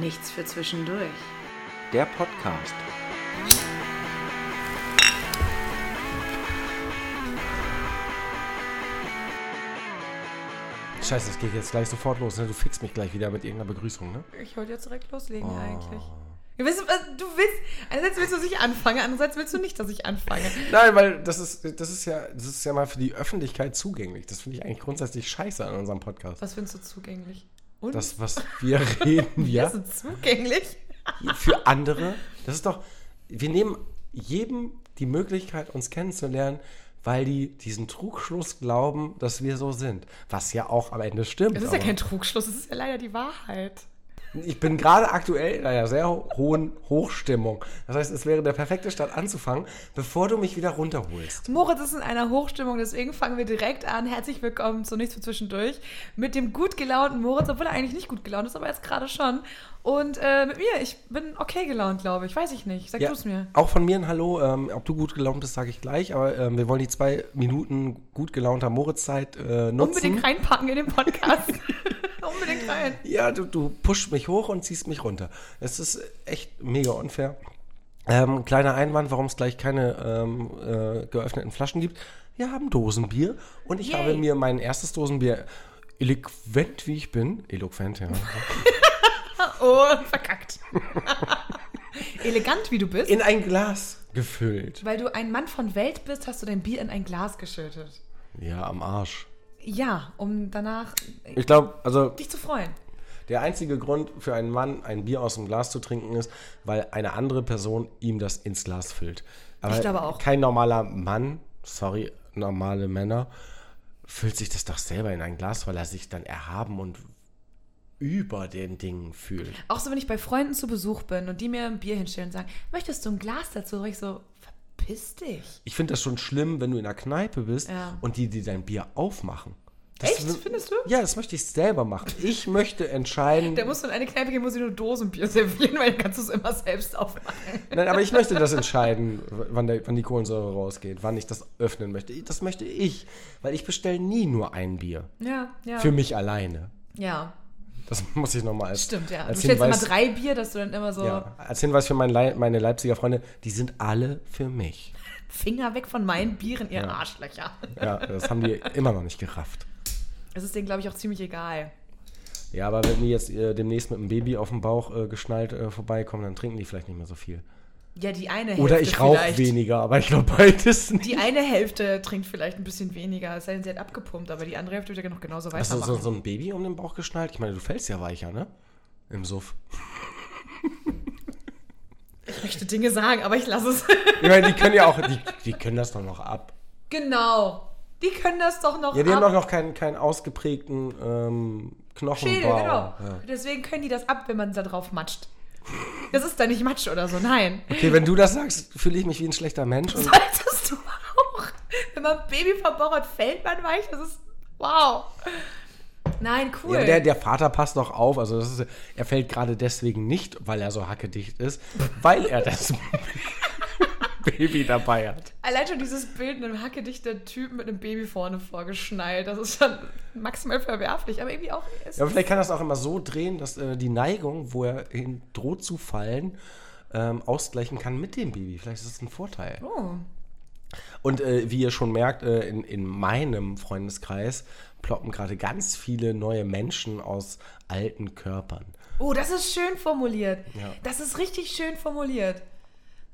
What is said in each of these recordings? Nichts für zwischendurch. Der Podcast. Scheiße, es geht jetzt gleich sofort los. Ne? Du fixst mich gleich wieder mit irgendeiner Begrüßung, ne? Ich wollte jetzt direkt loslegen Oh. eigentlich. Du willst, äh, du willst, einerseits willst du, dass ich anfange, andererseits willst du nicht, dass ich anfange. Nein, weil das ist, das ist ja, das ist ja mal für die Öffentlichkeit zugänglich. Das finde ich eigentlich grundsätzlich scheiße an unserem Podcast. Was findest du zugänglich? Und? Das, was wir reden, ja, ja? Das ist zugänglich? für andere. Das ist doch, wir nehmen jedem die Möglichkeit, uns kennenzulernen, weil die diesen Trugschluss glauben, dass wir so sind. Was ja auch am Ende stimmt. Das ist ja aber- kein Trugschluss, das ist ja leider die Wahrheit. Ich bin gerade aktuell in einer sehr ho- hohen Hochstimmung. Das heißt, es wäre der perfekte Start anzufangen, bevor du mich wieder runterholst. Moritz ist in einer Hochstimmung, deswegen fangen wir direkt an. Herzlich willkommen zu Nichts für Zwischendurch mit dem gut gelaunten Moritz, obwohl er eigentlich nicht gut gelaunt ist, aber jetzt gerade schon. Und äh, mit mir, ich bin okay gelaunt, glaube ich. Weiß ich nicht. Sag du es mir. Auch von mir ein Hallo. Ähm, ob du gut gelaunt bist, sage ich gleich. Aber ähm, wir wollen die zwei Minuten gut gelaunter Moritz-Zeit äh, nutzen. Unbedingt reinpacken in den Podcast. Unbedingt rein. Ja, du, du pusht mich hoch und ziehst mich runter. Es ist echt mega unfair. Ähm, kleiner Einwand, warum es gleich keine ähm, äh, geöffneten Flaschen gibt. Wir haben Dosenbier und ich Yay. habe mir mein erstes Dosenbier, eloquent wie ich bin, eloquent, ja. Oh, verkackt. Elegant wie du bist. in ein Glas gefüllt. weil du ein Mann von Welt bist, hast du dein Bier in ein Glas geschüttet. Ja, am Arsch. Ja, um danach äh, Ich glaube, also dich zu freuen. der einzige Grund für einen Mann, ein Bier aus dem Glas zu trinken, ist, weil eine andere Person ihm das ins Glas füllt. Aber Ich glaube auch. Kein normaler Mann, sorry, normale Männer, füllt sich das doch selber in ein Glas, weil er sich dann erhaben und über den Dingen fühlt. Auch so, wenn ich bei Freunden zu Besuch bin und die mir ein Bier hinstellen und sagen, möchtest du ein Glas dazu? Und ich so, verpiss dich. Ich finde das schon schlimm, wenn du in der Kneipe bist Ja. und die dir dein Bier aufmachen. Das Echt? wi- Findest du? Ja, das möchte ich selber machen. Ich möchte entscheiden. Da musst du in eine Kneipe gehen, wo sie nur Dosenbier servieren, weil dann kannst du es immer selbst aufmachen. Nein, aber ich möchte das entscheiden, w- wann, der, wann die Kohlensäure rausgeht, wann ich das öffnen möchte. Ich- Das möchte ich, weil ich bestelle nie nur ein Bier. Ja, ja. Für mich alleine. Ja, Das muss ich nochmal als, stimmt, ja. Du als stellst immer Hinweis. drei Bier, dass du dann immer so ja, als Hinweis für mein Lei- meine Leipziger Freunde, die sind alle für mich. Finger weg von meinen Bieren, ihr Ja. Arschlöcher. Ja, das haben die immer noch nicht gerafft. Es ist denen, glaube ich, auch ziemlich egal. Ja, aber wenn die jetzt äh, demnächst mit dem Baby auf dem Bauch äh, geschnallt äh, vorbeikommen, dann trinken die vielleicht nicht mehr so viel. Ja, die eine Hälfte Oder ich rauche vielleicht. weniger, aber ich glaube beides nicht. Die eine Hälfte trinkt vielleicht ein bisschen weniger, es sei denn, sie hat abgepumpt, aber die andere Hälfte wird ja noch genauso Hast du weitermachen. Also so, so ein Baby um den Bauch geschnallt? Ich meine, du fällst ja weicher, ne? Im Suff. Ich möchte Dinge sagen, aber ich lasse es. Ich meine, die können ja auch, die, die können das doch noch ab. genau. Die können das doch noch Ja, die haben ab. doch noch keinen, keinen ausgeprägten ähm, Knochenbau. Schädel, genau. Ja. Deswegen können die das ab, wenn man da drauf matscht. Das ist da nicht Matsch oder so, nein. Okay, wenn du das sagst, fühle ich mich wie ein schlechter Mensch. Und Solltest du auch. Wenn man ein Baby verbauert, fällt man weich, das ist wow. Nein, cool. ja, der, der Vater passt doch auf. Also das ist, er fällt gerade deswegen nicht, weil er so hackedicht ist, weil er das Baby dabei hat. Allein schon dieses Bild mit einem hackedichten Typen mit einem Baby vorne vorgeschnallt, das ist schon maximal verwerflich, aber irgendwie auch ist Ja, aber vielleicht kann das auch immer so drehen, dass äh, die Neigung, wo er hin droht zu fallen, ähm, ausgleichen kann mit dem Baby. Vielleicht ist das ein Vorteil. Oh. Und äh, wie ihr schon merkt, äh, in, in meinem Freundeskreis ploppen gerade ganz viele neue Menschen aus alten Körpern. oh, das ist schön formuliert. Ja. Das ist richtig schön formuliert.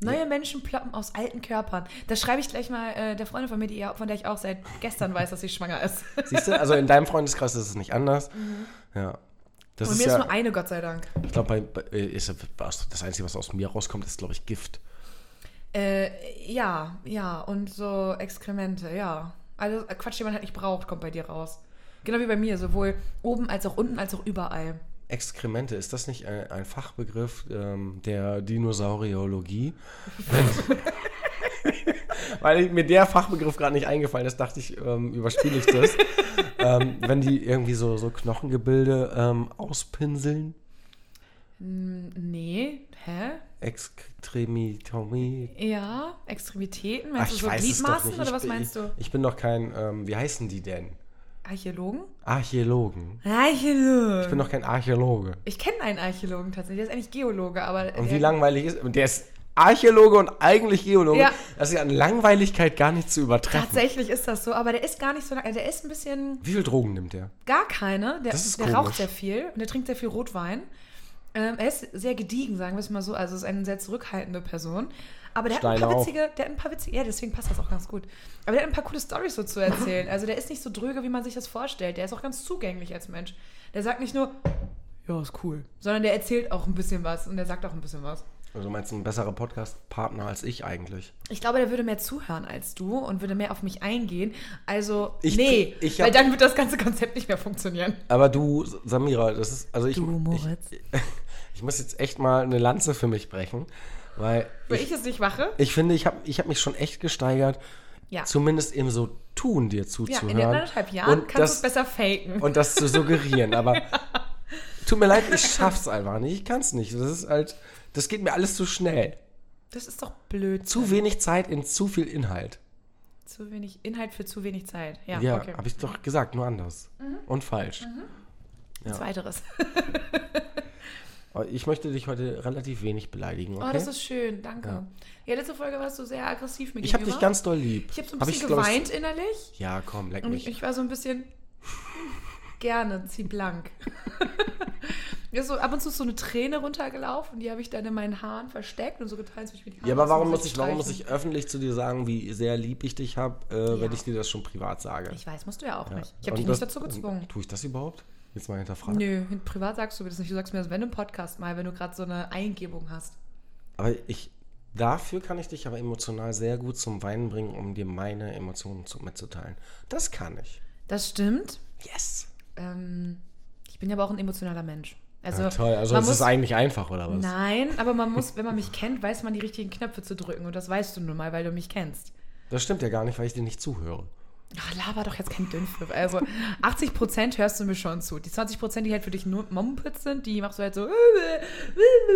Neue Menschen ploppen aus alten Körpern. Das schreibe ich gleich mal äh, der Freundin von mir, die, von der ich auch seit gestern weiß, dass sie schwanger ist. Siehst du, also in deinem Freundeskreis ist es nicht anders. Ja. Das Mhm. Bei ist mir ist nur ja, eine, Gott sei Dank. ich glaube, bei, bei, äh, ist, was- das Einzige, was aus mir rauskommt, ist, glaube ich, Gift. Äh, ja, ja, und so Exkremente, ja. Also äh, Quatsch, den man halt nicht braucht, kommt bei dir raus. Genau wie bei mir, sowohl oben als auch unten als auch überall. Exkremente, ist das nicht ein, ein Fachbegriff ähm, der Dinosauriologie? Weil ich- mir der Fachbegriff gerade nicht eingefallen ist, dachte ich, ähm, überspiele ich das. ähm, wenn die irgendwie so, so Knochengebilde ähm, auspinseln, Nee, hä? Extremitomie. Ja, Extremitäten? Meinst du so Gliedmaßen oder was meinst du? Ich, ich bin doch kein, ähm, wie heißen die denn? Archäologen? Archäologen. Archäologen. Ich bin doch kein Archäologe. Ich kenne einen Archäologen tatsächlich, der ist eigentlich Geologe, aber. Und der, wie langweilig ist. Und der ist Archäologe und eigentlich Geologe. Ja. Das ist ja an Langweiligkeit gar nicht zu übertreffen. Tatsächlich ist das so, aber der ist gar nicht so lang. also Der ist ein bisschen Wie viel Drogen nimmt der? gar keine. Der, Das ist der raucht komisch. sehr viel und der trinkt sehr viel Rotwein. Ähm, er ist sehr gediegen, sagen wir es mal so. Also ist eine sehr zurückhaltende Person. Aber der hat ein Steiner paar auch. witzige, der hat ein paar witzige, ja, deswegen passt das auch ganz gut. Aber der hat ein paar coole Stories so zu erzählen. Also der ist nicht so dröge, wie man sich das vorstellt. Der ist auch ganz zugänglich als Mensch. Der sagt nicht nur, ja, ist cool, sondern der erzählt auch ein bisschen was und der sagt auch ein bisschen was. Also meinst du ein besserer Podcast-Partner als ich eigentlich? Ich glaube, der würde mehr zuhören als du und würde mehr auf mich eingehen. Also, Ich- nee, ich hab- weil dann wird das ganze Konzept nicht mehr funktionieren. Aber du, Samira, das ist. Also ich, Du, Moritz. Ich, ich muss jetzt echt mal eine Lanze für mich brechen, weil Weil ich, ich es nicht mache. ich finde, ich habe ich hab mich schon echt gesteigert, Ja. zumindest im so tun dir Ja, zuzuhören. in den anderthalb Jahren und kannst du es das, besser faken. und das zu suggerieren. Aber tut mir leid, ich schaff's einfach nicht. Ich kann's nicht. Das ist halt. Das geht mir alles zu schnell. Das ist doch blöd. Zu wenig Zeit in zu viel Inhalt. Zu wenig Inhalt für zu wenig Zeit. Ja, Ja, okay. Mhm. habe ich doch gesagt, nur anders. Und falsch. Nichts weiteres. Aber Ich möchte dich heute relativ wenig beleidigen. Okay? Oh, das ist schön, danke. Ja. letzte Folge warst du sehr aggressiv mit ich habe dich ganz doll lieb. Ich habe so ein Hab bisschen glaub ich, geweint innerlich. Ja, komm, leck Und ich, mich. ich war so ein bisschen gerne, zieh blank. Mir ist so ab und zu ist so eine Träne runtergelaufen, die habe ich dann in meinen Haaren versteckt und so getan, als würde ich mir die Haare ja, aber aus dem warum Gesicht muss, ich, warum muss streichen. ich öffentlich zu dir sagen, wie sehr lieb ich dich habe, äh, Ja. wenn ich dir das schon privat sage? Ich weiß, musst du ja auch Ja. nicht. Ich habe Und dich das- nicht dazu gezwungen. Tue ich das überhaupt? Jetzt mal hinterfragen. Nö, privat sagst du mir das nicht. Du sagst mir das, wenn im Podcast mal, wenn du gerade so eine Eingebung hast. Aber ich, dafür kann ich dich aber emotional sehr gut zum Weinen bringen, um dir meine Emotionen zu, mitzuteilen. Das kann ich. Das stimmt. Yes. Ähm, ich bin ja aber auch ein emotionaler Mensch. Also, ja, toll, also man es muss, ist eigentlich einfach, oder was? Nein, aber man muss, wenn man mich kennt, weiß man die richtigen Knöpfe zu drücken. Und das weißt du nun mal, weil du mich kennst. Das stimmt ja gar nicht, weil ich dir nicht zuhöre. Ach, laber doch jetzt kein Dünnpfiff. Also 80 Prozent hörst du mir schon zu. Die 20 Prozent, die halt für dich nur Mompitz sind, die machst du halt so.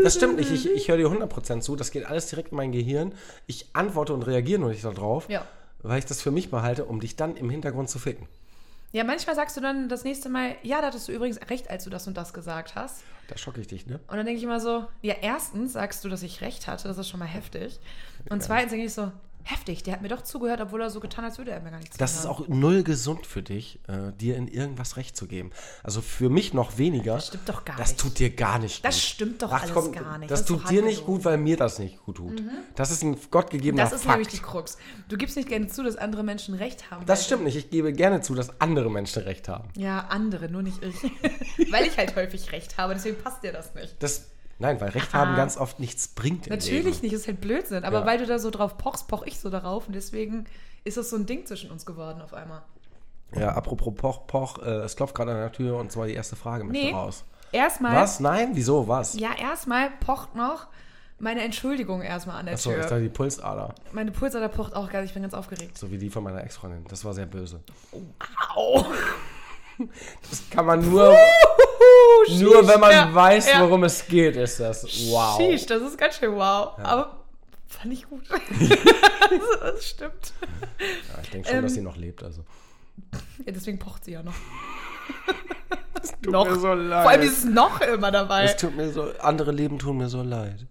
Das stimmt nicht, ich, ich höre dir 100% zu, das geht alles direkt in mein Gehirn. Ich antworte und reagiere nur nicht darauf, Ja. weil ich das für mich behalte, um dich dann im Hintergrund zu ficken. Ja, manchmal sagst du dann das nächste Mal, ja, da hattest du übrigens recht, als du das und das gesagt hast. Da schocke ich dich, ne? Und dann denke ich immer so, ja, erstens sagst du, dass ich recht hatte, das ist schon mal heftig. Und zweitens denke ich so, heftig, der hat mir doch zugehört, obwohl er so getan, als würde er mir gar nichts Das ist auch null gesund für dich, äh, dir in irgendwas recht zu geben. Also für mich noch weniger. Das stimmt doch gar Das nicht. tut dir gar nicht Das gut. stimmt doch alles gar nicht. Das, Das ist doch tut dir nicht handgelogen. gut, weil mir das nicht gut tut. Das ist ein gottgegebener Das ist Fakt. nämlich die Krux. Du gibst nicht gerne zu, dass andere Menschen recht haben. das weil- stimmt nicht. Ich gebe gerne zu, dass andere Menschen recht haben. Ja, andere, nur nicht ich. Weil ich halt häufig recht habe, deswegen passt dir das nicht. Das, nein, weil Recht Ah. haben ganz oft nichts bringt. Im Natürlich Leben. nicht, ist halt Blödsinn. Aber Ja. weil du da so drauf pochst, poch ich so darauf. Und deswegen ist das so ein Ding zwischen uns geworden auf einmal. Ja, apropos Poch, Poch, äh, es klopft gerade an der Tür und zwar die erste Frage möchte Nee. raus. Erstmal. Was? Nein? Wieso? Was? Ja, erstmal pocht noch meine Entschuldigung erstmal an der Achso, ich Tür. dachte, die Pulsader. Meine Pulsader pocht auch gar nicht, ich bin ganz aufgeregt. So wie die von meiner Ex-Freundin. Das war sehr böse. Au! Das kann man nur, nur wenn man weiß, worum es geht, ist das. Wow. Sheesh, das ist ganz schön wow. Aber fand ich gut. das stimmt. Ja, ich denke schon, Ähm, dass sie noch lebt. Also. Ja, deswegen pocht sie ja noch. Noch so leid. Vor allem dieses noch immer dabei. Es tut mir so, andere Leben tun mir so leid.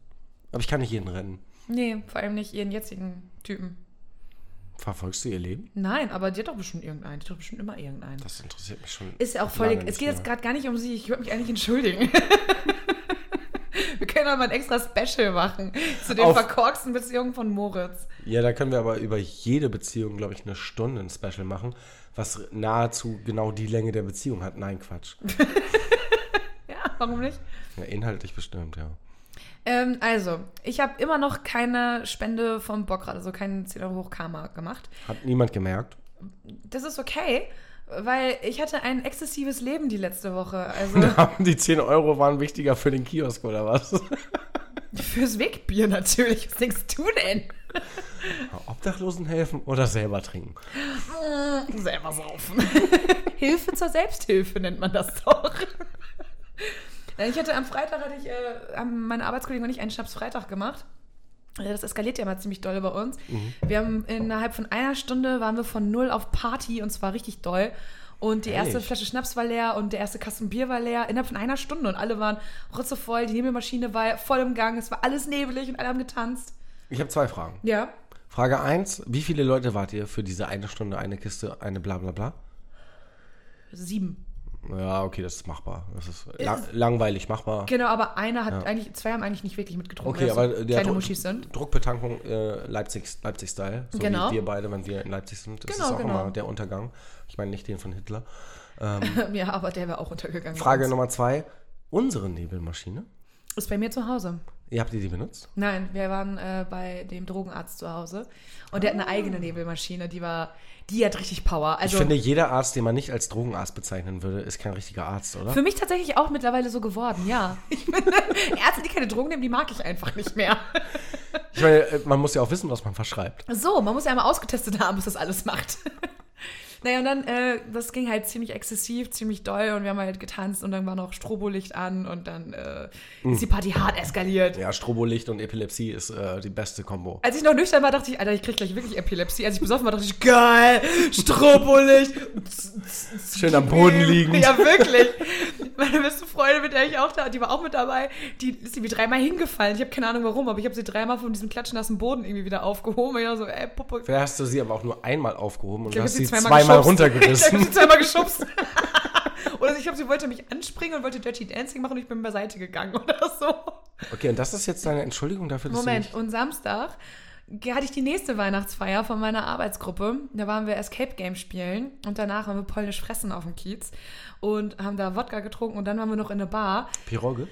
Aber ich kann nicht jeden retten. Nee, vor allem nicht ihren jetzigen Typen. Verfolgst du ihr Leben? Nein, aber die hat doch bestimmt irgendeinen. Die hat doch bestimmt immer irgendeinen. Das interessiert mich schon. Ist ja auch voll. lange Es nicht geht jetzt mehr. gerade gar nicht um sie. Ich würde mich eigentlich entschuldigen. Wir können aber ein extra Special machen zu den Auf- verkorksten Beziehungen von Moritz. Ja, da können wir aber über jede Beziehung, glaube ich, eine Stunde ein Special machen, was nahezu genau die Länge der Beziehung hat. Nein, Quatsch. Ja, warum nicht? Ja, inhaltlich bestimmt, ja. Ähm, also, ich habe immer noch keine Spende vom Bockrad, also keinen 10 Euro Hochkarma gemacht. Hat niemand gemerkt. Das ist okay, weil ich hatte ein exzessives Leben die letzte Woche. Also Die 10 Euro waren wichtiger für den Kiosk oder was? fürs Wegbier natürlich. Was denkst du denn? Obdachlosen helfen oder selber trinken? Äh, Selber saufen. Hilfe zur Selbsthilfe nennt man das doch. Äh, Ich hatte am Freitag, hatte ich, äh, haben meine Arbeitskollegen und ich einen Schnaps Freitag gemacht. Äh, Das eskaliert ja mal ziemlich doll bei Mhm. uns. Wir haben innerhalb von einer Stunde waren wir von null auf Party und zwar richtig doll. Und die erste Ehrlich? Flasche Schnaps war leer und der erste Kasten Bier war leer innerhalb von einer Stunde und alle waren rotzevoll, die Nebelmaschine war voll im Gang, es war alles nebelig und alle haben getanzt. Ich habe zwei Fragen. Ja. Frage 1, wie viele Leute wart ihr für diese eine Stunde, eine Kiste, eine bla bla bla? Sieben. Ja, okay, das ist machbar. Das ist la langweilig machbar. Genau, aber einer hat eigentlich, zwei haben eigentlich nicht wirklich mitgetrunken, Okay, weil aber es der so also kleine Druck- Muschis sind. Druckbetankung äh, Leipzig- Leipzig-Style, so Genau. wie wir beide, wenn wir in Leipzig sind. Das Genau, ist auch genau. immer der Untergang. Ich meine nicht den von Hitler. ja, aber der wäre auch untergegangen. Frage Nummer zwei, unsere Nebelmaschine, Ist bei mir zu Hause. ihr habt ihr die benutzt? Nein, wir waren äh, bei dem Drogenarzt zu Hause und der hat eine eigene Nebelmaschine, die war, die hat richtig Power. Also Ah. Ich finde, jeder Arzt, den man nicht als Drogenarzt bezeichnen würde, ist kein richtiger Arzt, oder? für mich tatsächlich auch mittlerweile so geworden, ja. Ich bin, Ärzte, die keine Drogen nehmen, die mag ich einfach nicht mehr. Ich meine, äh, man muss ja auch wissen, was man verschreibt. So, man muss ja einmal ausgetestet haben, bis das alles macht. Naja, und dann, äh, das ging halt ziemlich exzessiv, ziemlich doll und wir haben halt getanzt und dann war noch Strobolicht an und dann äh, ist die Party hart eskaliert. Mm. Ja, Strobolicht und Epilepsie ist äh, die beste Kombo. Als ich noch nüchtern war, dachte ich, Alter, ich krieg gleich wirklich Epilepsie. Als ich besoffen war, dachte ich, geil, Strobolicht. Also Schön am Boden liegend. Ja, wirklich. Meine beste Freundin, mit der ich auch da, die war auch mit dabei, die ist irgendwie dreimal hingefallen. Ich habe keine Ahnung warum, aber ich habe sie dreimal von diesem klatschnassen Boden irgendwie wieder aufgehoben. Und ich war so, ey, Puppe. Vielleicht hast du sie aber auch nur einmal aufgehoben und Ich hab hast sie zweimal, geschubst. Ich habe runtergerissen. sie zweimal geschubst. Oder ich glaube, sie wollte mich anspringen und wollte Dirty Dancing machen und ich bin beiseite gegangen oder so. Okay, und das ist jetzt deine Entschuldigung dafür, dass Moment, du und Samstag ge- hatte ich die nächste Weihnachtsfeier von meiner Arbeitsgruppe. Da waren wir Escape Game spielen und danach waren wir polnisch fressen auf dem Kiez und haben da Wodka getrunken und dann waren wir noch in eine Bar. nicht... Piroge?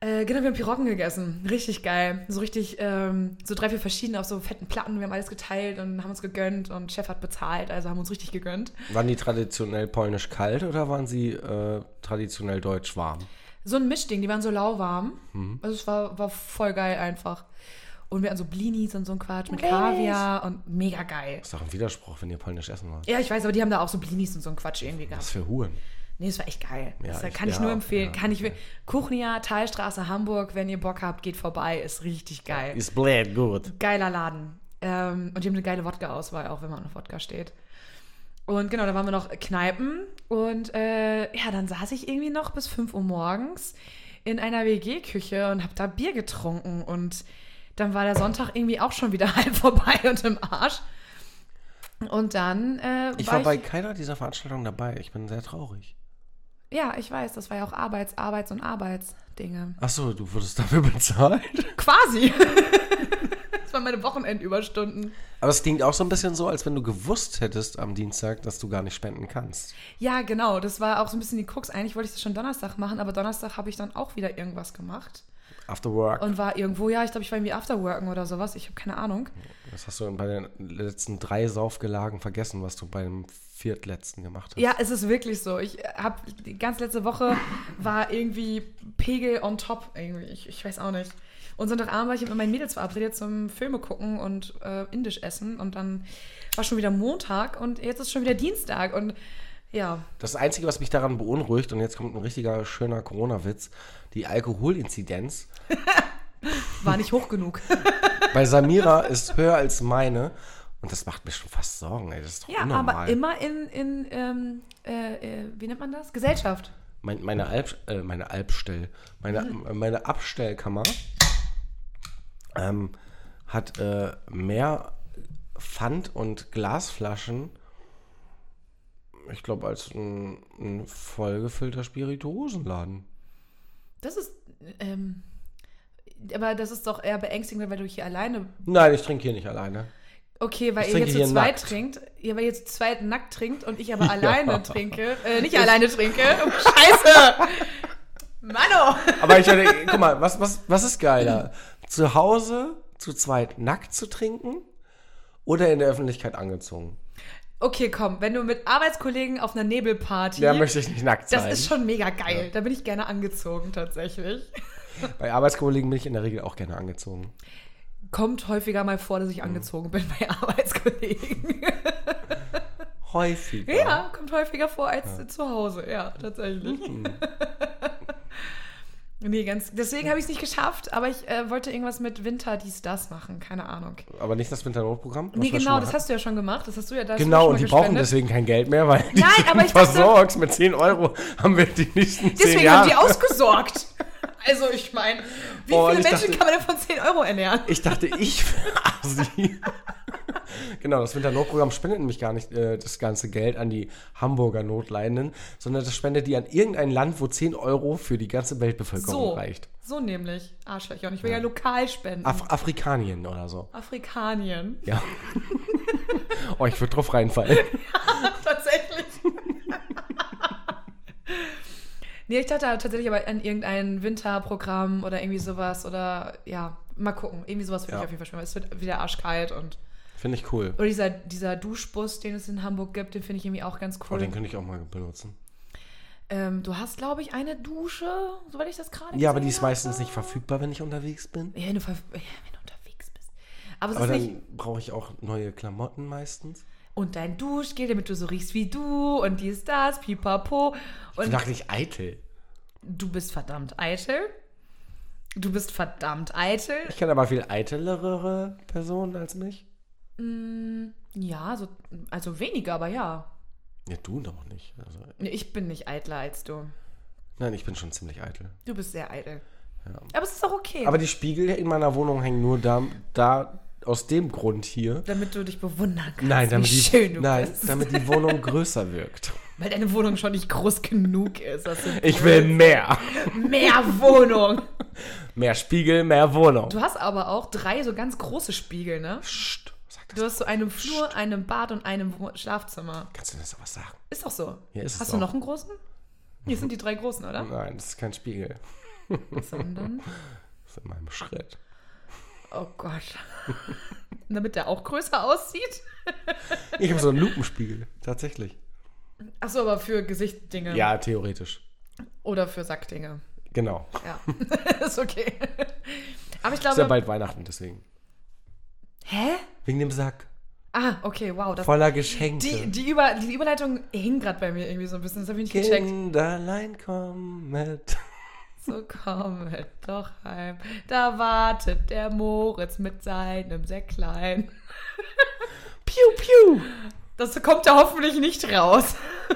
Äh, genau, wir haben Piroggen gegessen. Richtig geil. So richtig, ähm, so drei, vier verschiedene auf so fetten Platten. Wir haben alles geteilt und haben uns gegönnt und Chef hat bezahlt, also haben uns richtig gegönnt. Waren die traditionell polnisch kalt oder waren sie äh, traditionell deutsch warm? So ein Mischding, die waren so lauwarm. Mhm. Also es war, war voll geil einfach. Und wir hatten so Blinis und so ein Quatsch mit Kaviar und mega geil. Ist doch ein Widerspruch, wenn ihr polnisch essen wollt. Ja, ich weiß, aber die haben da auch so Blinis und so einen Quatsch irgendwie Was gehabt. für Huren. Nee, das war echt geil. Ja, das ich- kann ich ja, nur empfehlen. ja, kann ich, ja. Kuchnia, Teilstraße, Hamburg, wenn ihr Bock habt, geht vorbei. Ist richtig geil. Ist blöd, gut. Geiler Laden. Ähm, und die haben eine geile Wodka-Auswahl, auch wenn man auf Wodka steht. Und genau, da waren wir noch Kneipen. Und äh, ja, dann saß ich irgendwie noch bis 5 Uhr morgens in einer WG-Küche und habe da Bier getrunken. Und dann war der Sonntag irgendwie auch schon wieder halb vorbei und im Arsch. Und dann äh, Ich war bei keiner dieser Veranstaltungen dabei. Ich bin sehr traurig. Ja, ich weiß, das war ja auch Arbeits-, Arbeits- und Arbeitsdinge. Achso, du wurdest dafür bezahlt? Quasi. das waren meine Wochenendüberstunden. Aber es klingt auch so ein bisschen so, als wenn du gewusst hättest am Dienstag, dass du gar nicht spenden kannst. Ja, genau, das war auch so ein bisschen die Krux. Eigentlich wollte ich das schon Donnerstag machen, aber Donnerstag habe ich dann auch wieder irgendwas gemacht. After work. Und war irgendwo, ja, ich glaube, ich war irgendwie Afterworken oder sowas. Ich habe keine Ahnung. das hast du bei den letzten drei Saufgelagen vergessen, was du beim viertletzten gemacht hast. Ja, äh es ist wirklich so. Ich habe die ganz letzte Woche war irgendwie Pegel on top irgendwie. Ich, ich weiß auch nicht. Und Sonntagabend war ich mit meinen Mädels verabredet zum Filme gucken und äh, indisch essen. Und dann war schon wieder Montag und jetzt ist schon wieder Dienstag. Und ja, Das Einzige, was mich daran beunruhigt, und jetzt kommt ein richtiger schöner Corona-Witz, die Alkoholinzidenz war nicht hoch genug. bei Samira ist höher als meine. Und das macht mir schon fast Sorgen, ey. Das ist doch ja, unnormal. aber immer in, in ähm, äh, äh, wie nennt man das? Gesellschaft. Mein, meine Alp, äh, meine Alpstell, meine, Mhm. äh, meine Abstellkammer ähm, hat äh, mehr Pfand- und Glasflaschen, ich glaube, als ein, ein vollgefüllter Spirituosenladen. Das ist, ähm, aber das ist doch eher beängstigend, weil du hier alleine Nein, ich trinke hier nicht alleine. Okay, weil Ich ihr trinke jetzt zu hier zweit nackt. trinkt. Ja, weil ihr zu zweit nackt trinkt und ich aber alleine trinke. Äh, nicht alleine trinke. Oh, Scheiße! Mano! Aber ich meine, guck mal, was, was, was ist geiler? Zu Hause zu zweit nackt zu trinken oder in der Öffentlichkeit angezogen? Okay, komm, wenn du mit Arbeitskollegen auf einer Nebelparty. Ja, möchte ich nicht nackt sein. das ist schon mega geil. Da bin ich gerne angezogen, tatsächlich. Bei Arbeitskollegen bin ich in der Regel auch gerne angezogen. Kommt häufiger mal vor, dass ich Mhm. angezogen bin bei Arbeitskollegen. Häufig. Ja, Mhm. kommt häufiger vor als zu Hause. Ja, tatsächlich. Nee, ganz. Deswegen habe ich es nicht geschafft, aber ich äh, wollte irgendwas mit Winter, dies, das machen. Keine Ahnung. Aber nicht das Winternotprogramm? was Nee, wir schon genau, mal das hatten. hast du ja schon gemacht. Das hast du ja da Genau, und die brauchen das. deswegen kein Geld mehr, weil die Nein, sind aber ich dachte- versorgt. mit 10 Euro haben wir die nächsten 10 Deswegen Jahre. haben die ausgesorgt. Also ich meine, wie Oh, und viele ich dachte- Menschen kann man denn von 10 Euro ernähren? Ich dachte, ich sie. genau, das Winternotprogramm spendet nämlich gar nicht äh, das ganze Geld an die Hamburger Notleidenden, sondern das spendet die an irgendein Land, wo 10 Euro für die ganze Weltbevölkerung So, reicht. so nämlich. Arschlöcher. Und ich will ja, lokal spenden. Af Afrikanien oder so. Afrikanien. Ja. oh, ich würde drauf reinfallen. tatsächlich. nee, ich dachte halt tatsächlich aber an irgendein Winterprogramm oder irgendwie sowas. Oder ja, mal gucken. Irgendwie sowas würde Ja. ich auf jeden Fall spielen. weil Es wird wieder arschkalt und. Finde ich cool. Oder dieser, dieser Duschbus, den es in Hamburg gibt, den finde ich irgendwie auch ganz Oh, cool. den könnte ich auch mal benutzen. ähm, du hast, glaube ich, eine Dusche, soweit ich das gerade Ja, aber die gesehen ist meistens habe. nicht verfügbar, wenn ich unterwegs bin. Ja, wenn du, ver- ja, wenn du unterwegs bist. Aber es Aber ist nicht. dann brauche ich auch neue Klamotten meistens. Und dein Duschgel, damit du so riechst wie du und dies, das, pipapo. Ich Und bin doch nicht eitel. du bist verdammt eitel. Du bist verdammt eitel. Ich kenne aber viel eitelere Personen als mich. Ja, so, also weniger, aber ja. Ja, du doch nicht. Also, Nee, Ich bin nicht eitler als du. nein, ich bin schon ziemlich eitel. Du bist sehr eitel. Aber es ist auch okay. Aber die Spiegel in meiner Wohnung hängen nur da, da aus dem Grund hier. damit du dich bewundern kannst, Nein, damit, wie die, schön du nein bist. damit die Wohnung größer wirkt. Weil deine Wohnung schon nicht groß genug ist. Das sind Ich will mehr. mehr Wohnung. Mehr Spiegel, mehr Wohnung. Du hast aber auch drei so ganz große Spiegel, ne? Psst, sag das. Du hast so einen Flur, einem Bad und einem Wo- Schlafzimmer. Kannst du das aber sagen? Ist doch so. Ja, ist es Hast du auch. noch einen großen? Hier sind die drei großen, oder? Nein, das ist kein Spiegel. Sondern. Das ist in meinem Schritt. Oh Gott. Damit der auch größer aussieht? Ich habe so einen Lupenspiegel, tatsächlich. Achso, aber für Gesichtdinge. Ja, theoretisch. Oder für Sackdinge. Genau. Ja. ist okay. Aber ich Ist ja glaube. bald Weihnachten, deswegen. Hä? Wegen dem Sack. Ah, okay, wow. Das, Voller Geschenke. die, die, Über, die Überleitung hing gerade bei mir irgendwie so ein bisschen. Das habe ich nicht gecheckt. Kinderlein komm mit. So kommet doch heim. Da wartet der Moritz mit seinem Säcklein. Piu, piu. Das kommt da hoffentlich nicht raus.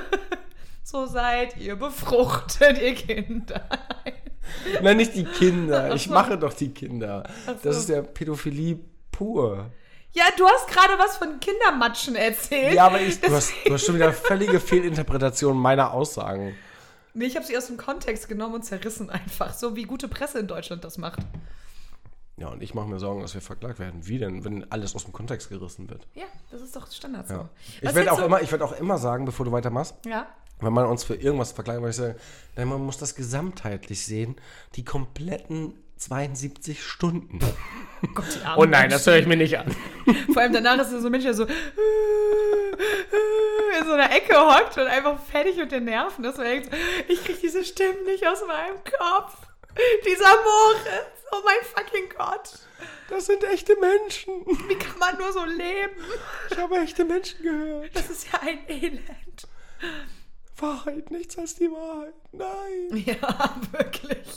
So seid ihr befruchtet, ihr Kinder. Nein, nicht die Kinder. Ach Ich so. mache doch die Kinder. so. Das ist ja Pädophilie pur. Ja, du hast gerade was von Kindermatschen erzählt. Ja, aber ich, du, hast, du hast schon wieder völlige Fehlinterpretation meiner Aussagen. Nee, ich habe sie aus dem Kontext genommen und zerrissen einfach. So wie gute Presse in Deutschland das macht. Ja, und ich mache mir Sorgen, dass wir verklagt werden. Wie denn, wenn alles aus dem Kontext gerissen wird? Ja, das ist doch Standard so. Ja. Was Ich werde hältst auch, du- immer- ich werd auch immer sagen, bevor du weitermachst, Ja. wenn man uns für irgendwas verklagt, würde ich sagen, nein, man muss das gesamtheitlich sehen. Die kompletten 72 Stunden. Oh Gott, die armen Oh nein, das Menschen. höre ich mir nicht an. Vor allem danach ist so ein Mensch, der so in so einer Ecke hockt und einfach fertig und den Nerven ist. Und er denkt, so, ich krieg diese Stimmen nicht aus meinem Kopf. Dieser Moritz, oh mein fucking Gott. Das sind echte Menschen. Wie kann man nur so leben? Ich habe echte Menschen gehört. Das ist ja ein Elend. Wahrheit, nichts als die Wahrheit. Nein. Ja, wirklich.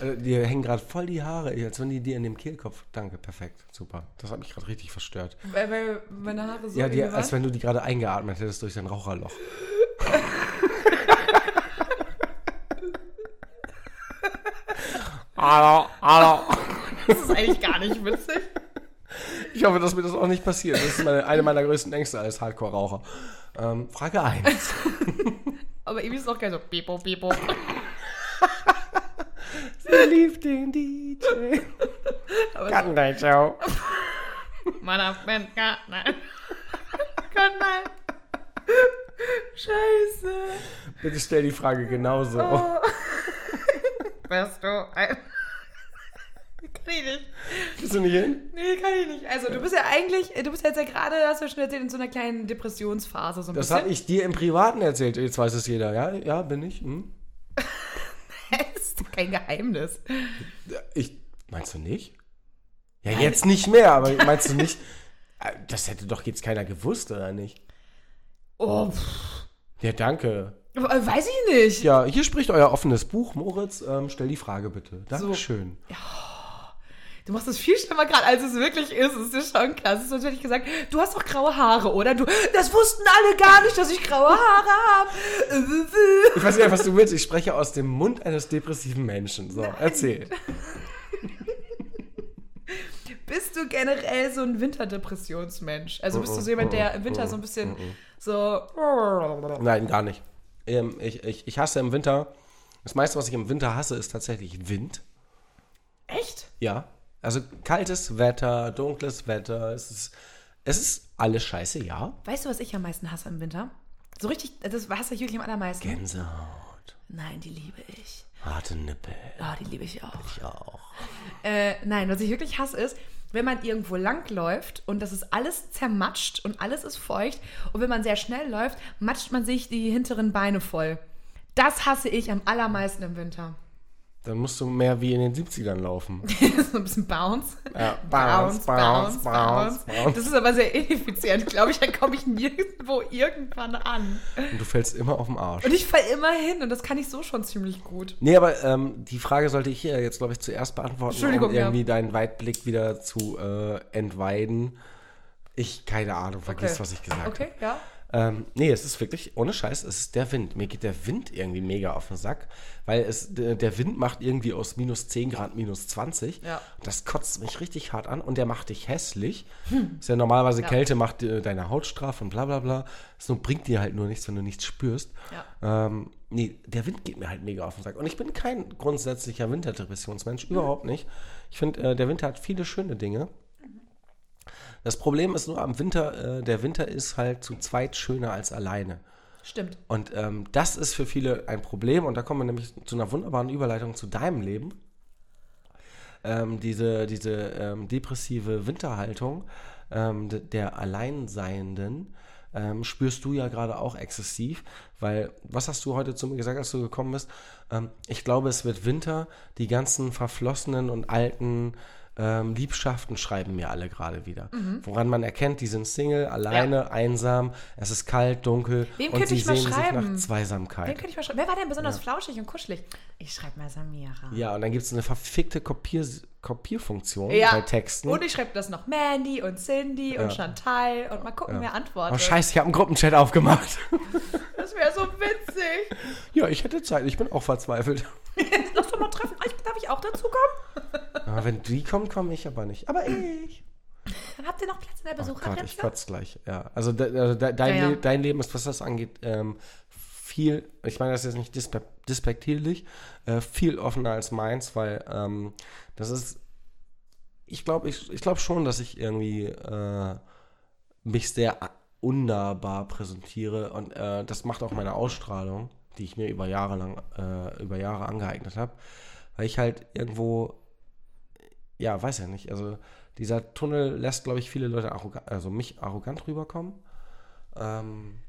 Also, dir hängen gerade voll die Haare, als wenn die dir in dem Kehlkopf. Danke, perfekt. Super. Das hat mich gerade richtig verstört. Weil, weil meine Haare so ja, irgendwie dir, als waren. wenn du die gerade eingeatmet hättest durch dein Raucherloch. Hallo, hallo. Das ist eigentlich gar nicht witzig. Ich hoffe, dass mir das auch nicht passiert. Das ist meine, eine meiner größten Ängste als Hardcore-Raucher. Ähm, Frage 1. Aber irgendwie ist es auch geil so pipo, pipo. Sie liebt den DJ. Gartenreitschau. Meiner Fan, nein. Gott, nein. Scheiße. Bitte stell die Frage genauso. Oh. Wärst du ein. kann ich nicht. Bist du nicht hin? Nee, kann ich nicht. Also, du bist ja eigentlich, du bist jetzt ja gerade, hast du ja schon erzählt, in so einer kleinen Depressionsphase so ein Das habe bisschen. ich dir im Privaten erzählt. Jetzt weiß es jeder. Ja, ja, bin ich. Hm. Das ist doch kein Geheimnis. Ich. Meinst du nicht? Ja, jetzt nicht mehr, aber meinst du nicht? Äh, Das hätte doch jetzt keiner gewusst, oder nicht? Oh, pff. Ja, danke. Äh, Weiß ich nicht. Ja, hier spricht euer offenes Buch. Moritz, ähm, stell die Frage bitte. Dankeschön. Du machst es viel schlimmer gerade, als es wirklich ist. Es ist dir schon klar. Es ist natürlich gesagt, du hast doch graue Haare, oder? Du, das wussten alle gar nicht, dass ich graue Haare habe. Ich weiß nicht, was du willst. Ich spreche aus dem Mund eines depressiven Menschen. So, erzähl. Bist du generell so ein Winterdepressionsmensch? Also bist du so jemand, der im Winter so ein bisschen so... Nein, gar nicht. Ähm, ich, ich, ich hasse im Winter. Das meiste, was ich im Winter hasse, ist tatsächlich Wind. Echt? Ja. Also kaltes Wetter, dunkles Wetter. Es ist, es ist alles scheiße, ja. Weißt du, was ich am meisten hasse im Winter? So richtig, das hasse ich wirklich am allermeisten. Gänsehaut, Nein, die liebe ich. harte Nippel. Oh, die liebe ich auch. Ja, auch. Äh, nein, was ich wirklich hasse ist, wenn man irgendwo langläuft und das ist alles zermatscht und alles ist feucht und wenn man sehr schnell läuft, matscht man sich die hinteren Beine voll. Das hasse ich am allermeisten im Winter. Dann musst du mehr wie in den 70ern laufen. so ein bisschen bounce. Ja, bounce, bounce, bounce, bounce. Das ist aber sehr ineffizient, glaube ich. Da komme ich nirgendwo irgendwann an. Und du fällst immer auf den Arsch. Und ich fall immer hin und das kann ich so schon ziemlich gut. Nee, aber ähm, die Frage sollte ich hier jetzt, glaube ich, zuerst beantworten, Entschuldigung, um ja. irgendwie deinen Weitblick wieder zu äh, entweiden. Ich, keine Ahnung, vergiss, was ich gesagt Okay, habe. ja. Ähm, nee, es ist wirklich, ohne Scheiß, es ist der Wind. Mir geht der Wind irgendwie mega auf den Sack, weil es, der der Wind macht irgendwie aus minus 10 Grad minus 20. Ja. Das kotzt mich richtig hart an und der macht dich hässlich. Hm. Ist ja normalerweise Kälte, macht äh, deine Haut straff und bla bla bla. So bringt dir halt nur nichts, wenn du nichts spürst. Ähm, nee, der Wind geht mir halt mega auf den Sack. Und ich bin kein grundsätzlicher Winterdepressionsmensch, überhaupt nicht. Ich finde, äh, der Winter hat viele schöne Dinge. Das Problem ist nur am Winter, äh, der Winter ist halt zu zweit schöner als alleine. Stimmt. Und ähm, das ist für viele ein Problem. Und da kommen wir nämlich zu einer wunderbaren Überleitung zu deinem Leben. Ähm, diese diese ähm, depressive Winterhaltung ähm, d- der Alleinseienden ähm, spürst du ja gerade auch exzessiv, weil was hast du heute zu mir gesagt, als du gekommen bist? Ähm, ich glaube, es wird Winter. Die ganzen verflossenen und alten ähm, Liebschaften schreiben mir alle gerade wieder. Mhm. Woran man erkennt, die sind Single, alleine, einsam. Es ist kalt, dunkel Wem und könnte sie ich mal sehen sich nach schreiben? Wen Zweisamkeit. könnte ich mal schreiben? Wer war denn besonders flauschig und kuschelig? Ich schreibe mal Samira. Ja, und dann gibt es eine verfickte Kopier Kopierfunktion bei halt Texten. Und ich schreibe das noch Mandy und Cindy und Chantal und mal gucken, wer antwortet. Oh, scheiße, ich habe einen Gruppenchat aufgemacht. Das wäre so witzig. ja, ich hätte Zeit, ich bin auch verzweifelt. Lass doch mal treffen. Ah, ich- Darf ich auch dazu kommen? Aber Ah, wenn die kommen, komme ich aber nicht. Aber ich. Dann habt ihr noch Platz in der Oh Gott, ich Besucherplätze? kotze gleich. Ja, also, de, also de, dein, Ja, ja. Le dein Leben ist, was das angeht, ähm, viel, ich meine das ist jetzt nicht dispe dispektierlich, äh, viel offener als meins, weil ähm, das ist, ich glaube ich, ich glaub schon, dass ich irgendwie äh, mich sehr a- unnahbar präsentiere und äh, das macht auch meine Ausstrahlung, die ich mir über Jahre lang, äh, über Jahre angeeignet habe, weil ich halt irgendwo ja, weiß ja nicht. Also dieser Tunnel lässt, glaube ich, viele Leute arrogant, also mich arrogant rüberkommen. Ähm,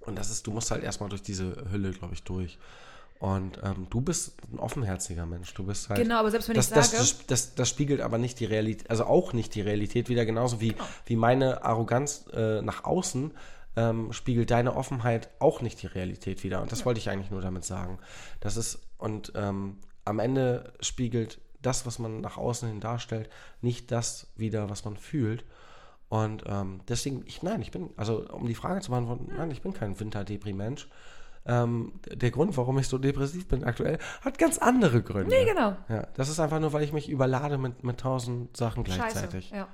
und das ist, du musst halt erstmal durch diese Hülle, glaube ich, durch. Und ähm, du bist ein offenherziger Mensch. Du bist halt. Genau, aber selbst wenn das, ich das, sage- Das, das, das spiegelt aber nicht die Realität, also auch nicht die Realität wieder, genauso wie, Genau. wie meine Arroganz äh, nach außen ähm, spiegelt deine Offenheit auch nicht die Realität wieder. Und das wollte ich eigentlich nur damit sagen. Das ist, und ähm, am Ende spiegelt das, was man nach außen hin darstellt, nicht das wieder, was man fühlt. Und ähm, deswegen, ich, nein, ich bin, also um die Frage zu beantworten, nein, ich bin kein Winterdeprimensch. Ähm, d- der Grund, warum ich so depressiv bin aktuell, hat ganz andere Gründe. Nee, genau. Ja, das ist einfach nur, weil ich mich überlade mit, mit tausend Sachen Scheiße. gleichzeitig. Ja.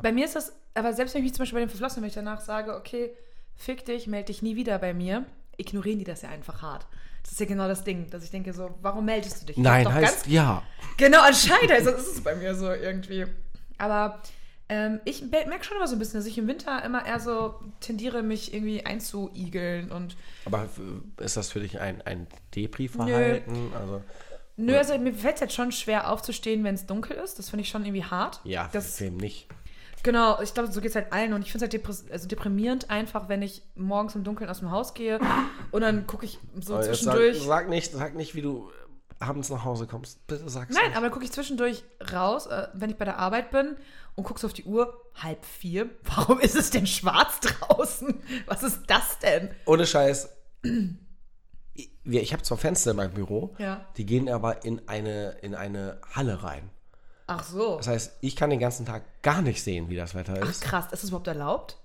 Bei mir ist das, aber selbst wenn ich mich zum Beispiel bei den Verflossenen, wenn ich danach sage, okay, fick dich, melde dich nie wieder bei mir, ignorieren die das ja einfach hart. Das ist ja genau das Ding, dass ich denke so, warum meldest du dich? Ich hab Nein, doch heißt ja. Genau, anscheinend. Also das ist es bei mir so irgendwie. Aber ähm, ich merke schon immer so ein bisschen, dass ich im Winter immer eher so tendiere, mich irgendwie einzuigeln. Und Aber äh, ist das für dich ein, ein Depri-Verhalten? Also, nö, also mir fällt es jetzt schon schwer aufzustehen, wenn es dunkel ist. Das finde ich schon irgendwie hart. ja, das, wem nicht? Genau, ich glaube, so geht es halt allen. Und ich finde es halt depres- also deprimierend einfach, wenn ich morgens im Dunkeln aus dem Haus gehe und dann gucke ich so Aber jetzt zwischendurch. Sag, sag, nicht, sag nicht, wie du äh, abends nach Hause kommst, bitte sag's Nein, uns. aber dann gucke ich zwischendurch raus, äh, wenn ich bei der Arbeit bin und guck's auf die Uhr, halb vier. Warum ist es denn schwarz draußen? Was ist das denn? Ohne Scheiß. Ich, wir- ich habe zwar Fenster in meinem Büro, Ja. die gehen aber in eine, in eine Halle rein. Ach so. Das heißt, ich kann den ganzen Tag gar nicht sehen, wie das Wetter Ach ist. krass, ist das überhaupt erlaubt?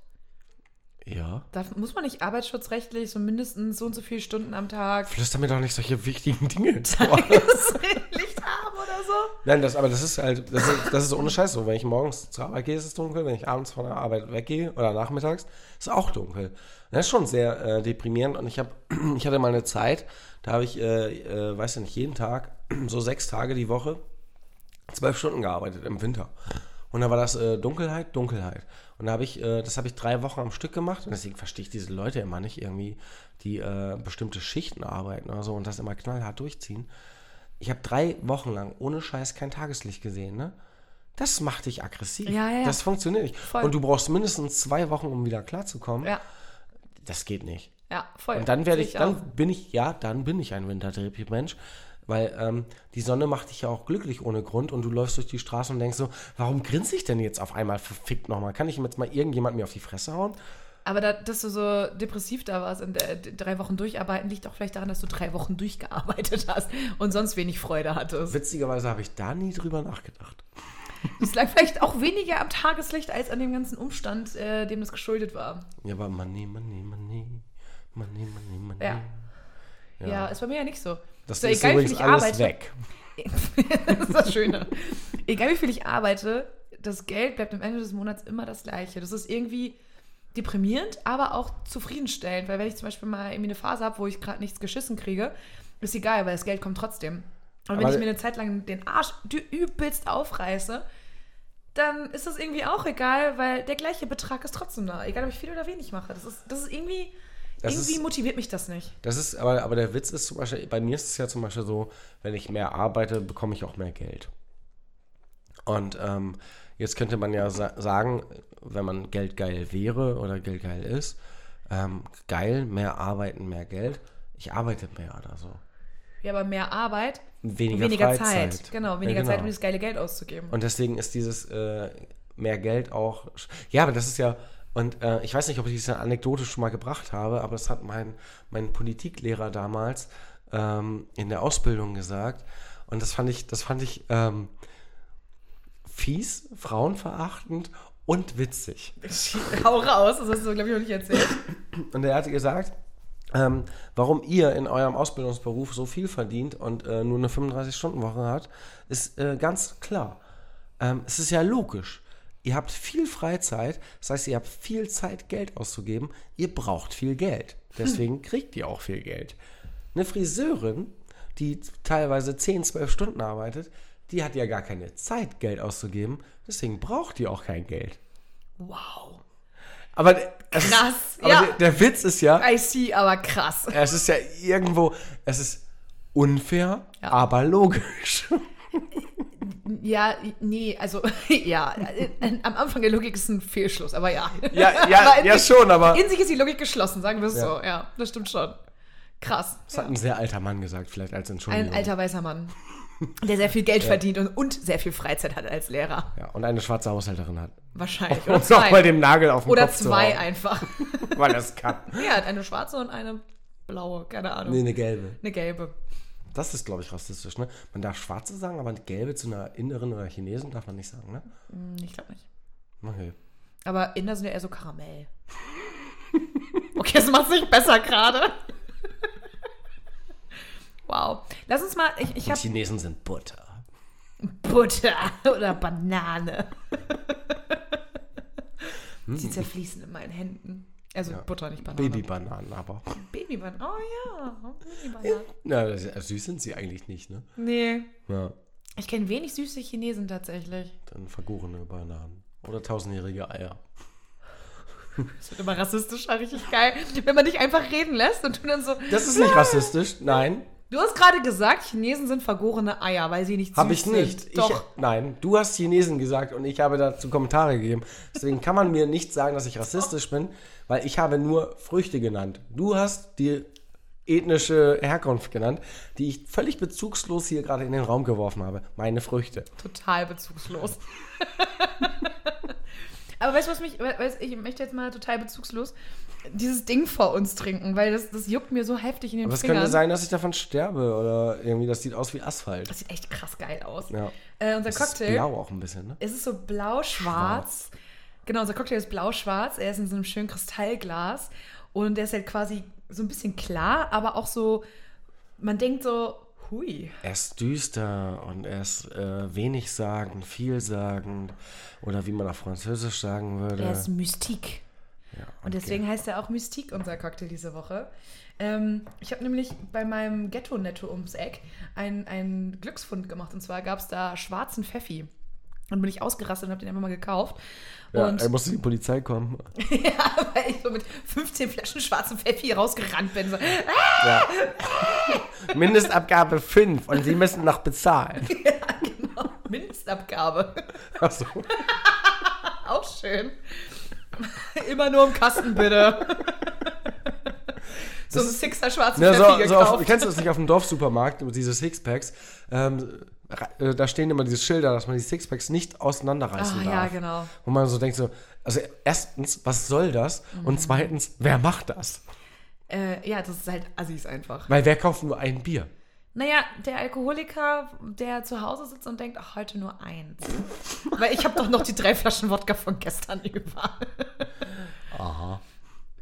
ja. Da muss man nicht arbeitsschutzrechtlich so mindestens so und so viele Stunden am Tag Flüster mir doch nicht solche wichtigen Dinge zu. Licht haben oder so? Nein, das, aber das ist halt, das ist, das ist ohne Scheiß so. Wenn ich morgens zur Arbeit gehe, ist es dunkel. Wenn ich abends von der Arbeit weggehe oder nachmittags, ist es auch dunkel. Das ist schon sehr äh, deprimierend. Und ich habe, ich hatte mal eine Zeit, da habe ich, äh, äh, weiß ja nicht, jeden Tag, so sechs Tage die Woche, zwölf Stunden gearbeitet im Winter. Und da war das äh, Dunkelheit, Dunkelheit. Und da habe ich, äh, das habe ich drei Wochen am Stück gemacht. Und deswegen verstehe ich diese Leute immer nicht irgendwie, die äh, bestimmte Schichten arbeiten oder so und das immer knallhart durchziehen. Ich habe drei Wochen lang ohne Scheiß kein Tageslicht gesehen, ne? Das macht dich aggressiv. Ja, ja, ja. Das funktioniert nicht. Voll. Und du brauchst mindestens zwei Wochen, um wieder klarzukommen. Ja, Das geht nicht. ja, voll. Und dann werde Sehe ich, auch. dann bin ich, ja, dann bin ich ein Wintertherapie-Mensch, weil ähm, die Sonne macht dich ja auch glücklich ohne Grund und du läufst durch die Straße und denkst so, warum grinse ich denn jetzt auf einmal verfickt nochmal? Kann ich ihm jetzt mal irgendjemand mir auf die Fresse hauen? Aber da, dass du so depressiv da warst und äh, d- drei Wochen durcharbeiten, liegt auch vielleicht daran, dass du drei Wochen durchgearbeitet hast und sonst wenig Freude hattest. Witzigerweise habe ich da nie drüber nachgedacht. Es lag vielleicht auch weniger am Tageslicht als an dem ganzen Umstand, äh, dem das geschuldet war. Ja, aber Money, Money, Money, Money, Money, Money. Ja. Ja, ist bei mir ja nicht so. Das so, ist egal, wie übrigens viel ich alles arbeite, weg. das ist das Schöne. Egal wie viel ich arbeite, das Geld bleibt am Ende des Monats immer das gleiche. Das ist irgendwie deprimierend, aber auch zufriedenstellend, weil wenn ich zum Beispiel mal irgendwie eine Phase habe, wo ich gerade nichts geschissen kriege, ist egal, weil das Geld kommt trotzdem. Und wenn Aber- ich mir eine Zeit lang den Arsch dü- übelst aufreiße, dann ist das irgendwie auch egal, weil der gleiche Betrag ist trotzdem da, egal ob ich viel oder wenig mache. Das ist, das ist irgendwie, Das irgendwie ist- motiviert mich das nicht. Das ist, aber, aber der Witz ist zum Beispiel, bei mir ist es ja zum Beispiel so, wenn ich mehr arbeite, bekomme ich auch mehr Geld. Und ähm, jetzt könnte man ja sa sagen, wenn man geldgeil wäre oder geldgeil ist, ähm, geil, mehr arbeiten, mehr Geld. Ich arbeite mehr oder so. Ja, aber mehr Arbeit, Weniger, weniger Freizeit. Zeit. Genau, Ja, weniger Zeit, genau. um dieses geile Geld auszugeben. Und deswegen ist dieses äh, mehr Geld auch. sch- Ja, aber das ist ja. Und äh, ich weiß nicht, ob ich diese Anekdote schon mal gebracht habe, aber das hat mein, mein Politiklehrer damals ähm, in der Ausbildung gesagt. Und das fand ich, das fand ich ähm, fies, frauenverachtend und witzig. Hau raus, das hast du, glaube ich, noch nicht erzählt. Und er hatte gesagt, ähm, warum ihr in eurem Ausbildungsberuf so viel verdient und äh, nur eine 35-Stunden-Woche hat, ist äh, ganz klar. Ähm, es ist ja logisch. Ihr habt viel Freizeit, das heißt, ihr habt viel Zeit, Geld auszugeben. Ihr braucht viel Geld. Hm. Deswegen kriegt ihr auch viel Geld. Eine Friseurin, die teilweise 10, 12 Stunden arbeitet, die hat ja gar keine Zeit, Geld auszugeben. Deswegen braucht die auch kein Geld. Wow. Aber, es- Krass, aber ja. der, der Witz ist ja, I see, aber krass. es ist ja irgendwo, es ist unfair, Ja. aber logisch. Ja, nee, also, ja, äh, äh, am Anfang der Logik ist ein Fehlschluss, aber ja. Ja, ja, Aber in ja, sich- schon, aber- In sich ist die Logik geschlossen, sagen wir es Ja. so. Ja, das stimmt schon. Krass. Das hat ein sehr alter Mann gesagt, vielleicht als Entschuldigung. Ein alter weißer Mann, der sehr viel Geld verdient und, und sehr viel Freizeit hat als Lehrer. Ja, und eine schwarze Haushälterin hat. Wahrscheinlich. Um Oder nochmal zwei. den Nagel auf den Oder Kopf zu zwei hauen, einfach. Weil das kann. Ja, hat eine schwarze und eine blaue, keine Ahnung. Nee, eine gelbe. Eine gelbe. Das ist, glaube ich, rassistisch, ne? Man darf schwarze sagen, aber eine gelbe zu einer Inderin oder Chinesen darf man nicht sagen, ne? Hm, Ich glaube nicht. Okay. Aber Inder sind ja eher so Karamell. Okay, das macht nicht besser gerade. Wow. Lass uns mal, ich, ich Die habe Chinesen sind Butter. Butter oder Banane. Sie zerfließen in meinen Händen. Also Hm. Ja. Butter, nicht Banane. Babybananen aber. Babybananen. Oh ja, Babybanane. Na, das ist- süß sind sie eigentlich nicht, ne? Nee. Ja. Ich kenne wenig süße Chinesen tatsächlich. Dann vergorene Bananen. Oder tausendjährige Eier. Das wird immer rassistisch, richtig geil. Wenn man dich einfach reden lässt und du dann so. Das ist nicht rassistisch, nein. Du hast gerade gesagt, Chinesen sind vergorene Eier, weil sie nicht süß Habe ich nicht. sind. Doch. Ich, nein, du hast Chinesen gesagt und ich habe dazu Kommentare gegeben. Deswegen kann man mir nicht sagen, dass ich rassistisch bin, weil ich habe nur Früchte genannt. Du hast die ethnische Herkunft genannt, die ich völlig bezugslos hier gerade in den Raum geworfen habe. Meine Früchte. Total bezugslos. Aber weißt du, was mich, we- weißt, du, ich möchte jetzt mal total bezugslos dieses Ding vor uns trinken, weil das, das juckt mir so heftig in den Aber es Fingern. könnte sein, dass ich davon sterbe oder irgendwie, das sieht aus wie Asphalt. Das sieht echt krass geil aus. Ja. Äh, unser Das Cocktail. Ist blau auch ein bisschen, ne? Es ist so blau-schwarz. Genau, unser Cocktail ist blau-schwarz. Er ist in so einem schönen Kristallglas. Und der ist halt quasi so ein bisschen klar, aber auch so, man denkt so, hui. Er ist düster und er ist äh, wenig sagend, vielsagend oder wie man auf Französisch sagen würde. Er ist Mystik. Ja, Und okay. deswegen heißt er auch Mystik, unser Cocktail diese Woche. Ähm, ich habe nämlich bei meinem Ghetto-Netto ums Eck einen- einen Glücksfund gemacht. Und zwar gab es da schwarzen Pfeffi. Und bin ich ausgerastet und habe den einfach mal gekauft. Ja, und er musste die Polizei kommen. ja, weil ich so mit 15 Flaschen schwarzen Pfeffi rausgerannt bin. So, Ja. Mindestabgabe 5 und sie müssen noch bezahlen. Also, Mindestabgabe. Achso. Auch schön. Immer nur im Kasten, bitte. so ein Sixer schwarzen Ne, Pfeffi so, so gekauft. auf, kennst du das nicht auf dem Dorfsupermarkt, diese Sixpacks? Ähm, äh, da stehen immer diese Schilder, dass man die Sixpacks nicht auseinanderreißen Ah, darf. ja, genau. Wo man so denkt, so, also erstens, was soll das? Mhm. Und zweitens, wer macht das? äh, ja, das ist halt Assis einfach. Weil wer kauft nur ein Bier? Naja, der Alkoholiker, der zu Hause sitzt und denkt, ach, heute nur eins. Weil ich habe doch noch die drei Flaschen Wodka von gestern über. Aha.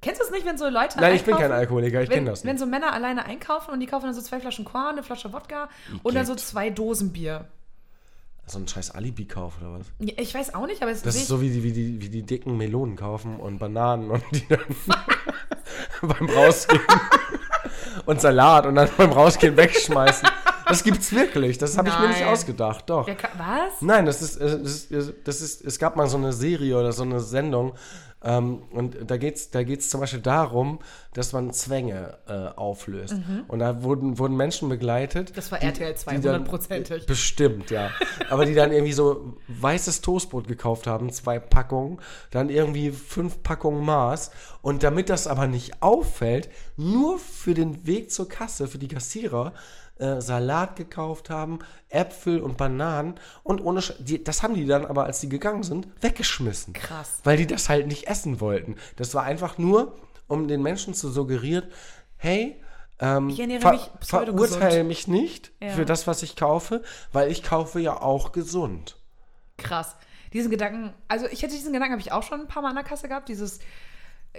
Kennst du es nicht, wenn so Leute Nein, ich bin kein einkaufen? Alkoholiker, ich wenn, kenne das wenn nicht. so Männer alleine einkaufen und die kaufen dann so zwei Flaschen Korn, eine Flasche Wodka und dann so zwei Dosen Bier. So ein scheiß Alibi-Kauf oder was? Ja, Ich weiß auch nicht, aber es Das sehe ich- ist so wie die, wie, die, wie die dicken Melonen kaufen und Bananen und die dann beim Rausgehen und Salat und dann beim Rausgehen wegschmeißen. Das gibt's wirklich. Das habe ich mir nicht Nein. ausgedacht, doch. Wer ka- was? Nein, das ist, äh, das ist, das ist, es gab mal so eine Serie oder so eine Sendung ähm, und da geht's, da geht's zum Beispiel darum, dass man Zwänge äh, auflöst. Und da wurden, wurden Menschen begleitet. Mhm. Das war die- RTL die dann- 200%ig. Bestimmt, ja. Aber die dann irgendwie so weißes Toastbrot gekauft haben, zwei Packungen, dann irgendwie fünf Packungen Maß. Und damit das aber nicht auffällt, nur für den Weg zur Kasse, für die Kassierer, äh, Salat gekauft haben, Äpfel und Bananen und ohne Sch die, das haben die dann aber, als die gegangen sind, weggeschmissen. Krass. Weil die das halt nicht essen wollten. Das war einfach nur, um den Menschen zu suggerieren, hey, ähm, Ich ernähre ver mich pseudogesund. verurteile mich nicht Ja. für das, was ich kaufe, weil ich kaufe ja auch gesund. Krass. Diesen Gedanken, also ich hätte diesen Gedanken, habe ich auch schon ein paar Mal an der Kasse gehabt, dieses,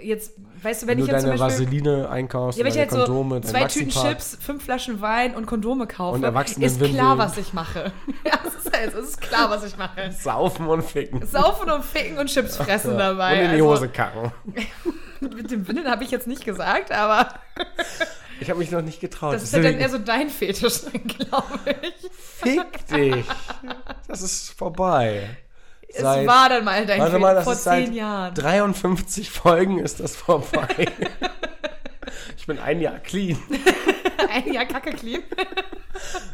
jetzt, weißt du, wenn Wenn, ich du jetzt zum deine Beispiel... Vaseline einkaufst, Ja, wenn ich deine halt Kondome, so dein zwei Tüten Maxi-Pack. Chips, fünf Flaschen Wein und Kondome kaufe, Und ist klar, Erwachsenenwindeln. was ich mache. Ja, es ist, es ist klar, was ich mache. Saufen und ficken. Saufen und ficken und Chips fressen dabei. und in die Also, Hose kacken. mit dem Windeln habe ich jetzt nicht gesagt, aber Ich habe mich noch nicht getraut. das ist ja dann Oh, deswegen- eher so dein Fetisch, glaube ich. Fick dich. Das ist vorbei. Es war dann mal dein warte mal, Fetisch das vor ist seit zehn Jahren. 53 Folgen ist das vorbei. ich bin ein Jahr clean. Ein Jahr Kacke clean.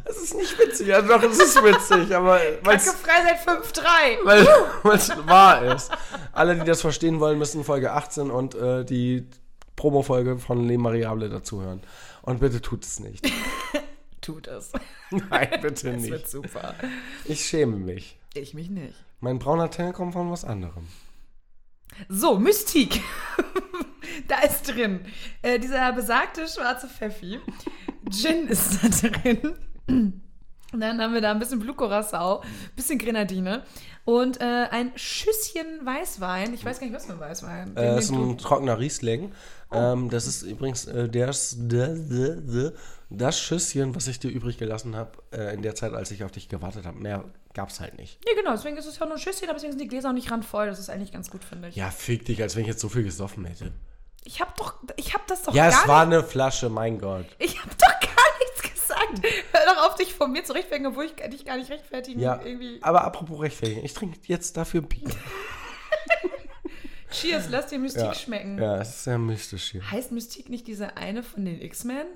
Das ist nicht witzig. Ja, doch, es ist witzig, aber Kacke weil's- frei seit 5-3. weil es wahr ist. Alle, die das verstehen wollen, müssen Folge 18 und äh, die Promo-Folge von Le Mariable dazuhören. Und bitte tut es nicht. Tut es. Nein, bitte Es wird nicht. super. Ich schäme mich. Ich mich nicht. Mein brauner Teller kommt von was anderem. So, Mystik. da ist drin. Äh, dieser besagte schwarze Pfeffi. Gin ist da drin. Dann haben wir da ein bisschen Blue Curacao, ein bisschen Grenadine und äh, ein Schüsschen Weißwein. Ich weiß gar nicht, was für ein Weißwein. Den Äh, ist den ein trockener Riesling. Ähm, das ist übrigens äh, das, das, das, das Schüsschen, was ich dir übrig gelassen habe, äh, in der Zeit, als ich auf dich gewartet habe. Mehr gab's halt nicht. du- ja, genau, deswegen ist es ja nur ein Schüsschen, aber deswegen sind die Gläser auch nicht randvoll. Das ist eigentlich ganz gut, finde ich. Ja, fick dich, als wenn ich jetzt so viel gesoffen hätte. Ich habe doch, ich habe das doch Ja, gar es war eine Flasche, mein Gott. nicht, ich habe doch gar nichts gesagt. Hör doch auf, dich von mir zu rechtfertigen, obwohl ich dich gar nicht rechtfertigen Ja, irgendwie. aber apropos rechtfertigen, ich trinke jetzt dafür Bier. Cheers, lass dir Mystik Ja, schmecken. Ja, es ist sehr mystisch hier. Heißt Mystik nicht diese eine von den X-Men?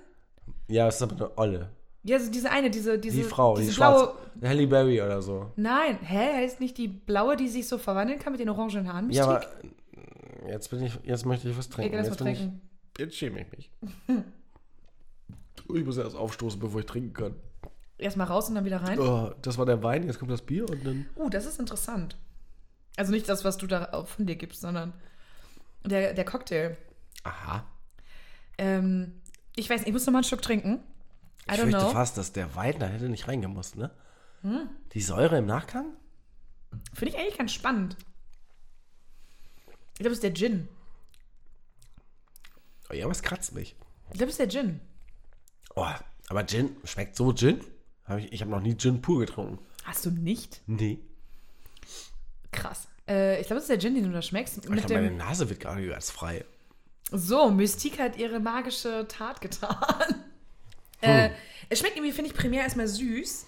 Ja, es ist aber eine Olle. Ja, also diese eine, diese, diese, Die Frau, diese die blaue. schwarze. Halle Berry oder so. Nein, hä? Heißt nicht die blaue, die sich so verwandeln kann mit den orangenen Haaren? Ja, Mystik? aber jetzt, bin ich, jetzt möchte ich was trinken. Egal, lass jetzt mal bin trinken. Ich, jetzt schäme ich mich. Ich muss erst aufstoßen, bevor ich trinken kann. Erstmal raus und dann wieder rein. Oh, das war der Wein, jetzt kommt das Bier und dann. Uh, das ist interessant. Also nicht das, was du da auch von dir gibst, sondern der, der Cocktail. Aha. Ähm, ich weiß nicht, ich muss noch mal ein Stück trinken. Ich I don't fürchte know. Hm. fast, dass der Wein da hätte nicht reingemusst, ne? Die Säure im Nachgang? Finde ich eigentlich ganz spannend. Ich glaube, es ist der Gin. Oh, ja, aber es kratzt mich. Ich glaube, es ist der Gin. Oh, aber Gin, schmeckt so Gin? Hab ich ich habe noch nie Gin pur getrunken. Hast du nicht? Nee. Krass. Äh, ich glaube, es ist der Gin, den du da schmeckst. Alter, Mit dem meine Nase wird gerade ganz frei. so, Mystique hat ihre magische Tat getan. Äh, es schmeckt irgendwie, finde ich, primär erstmal süß.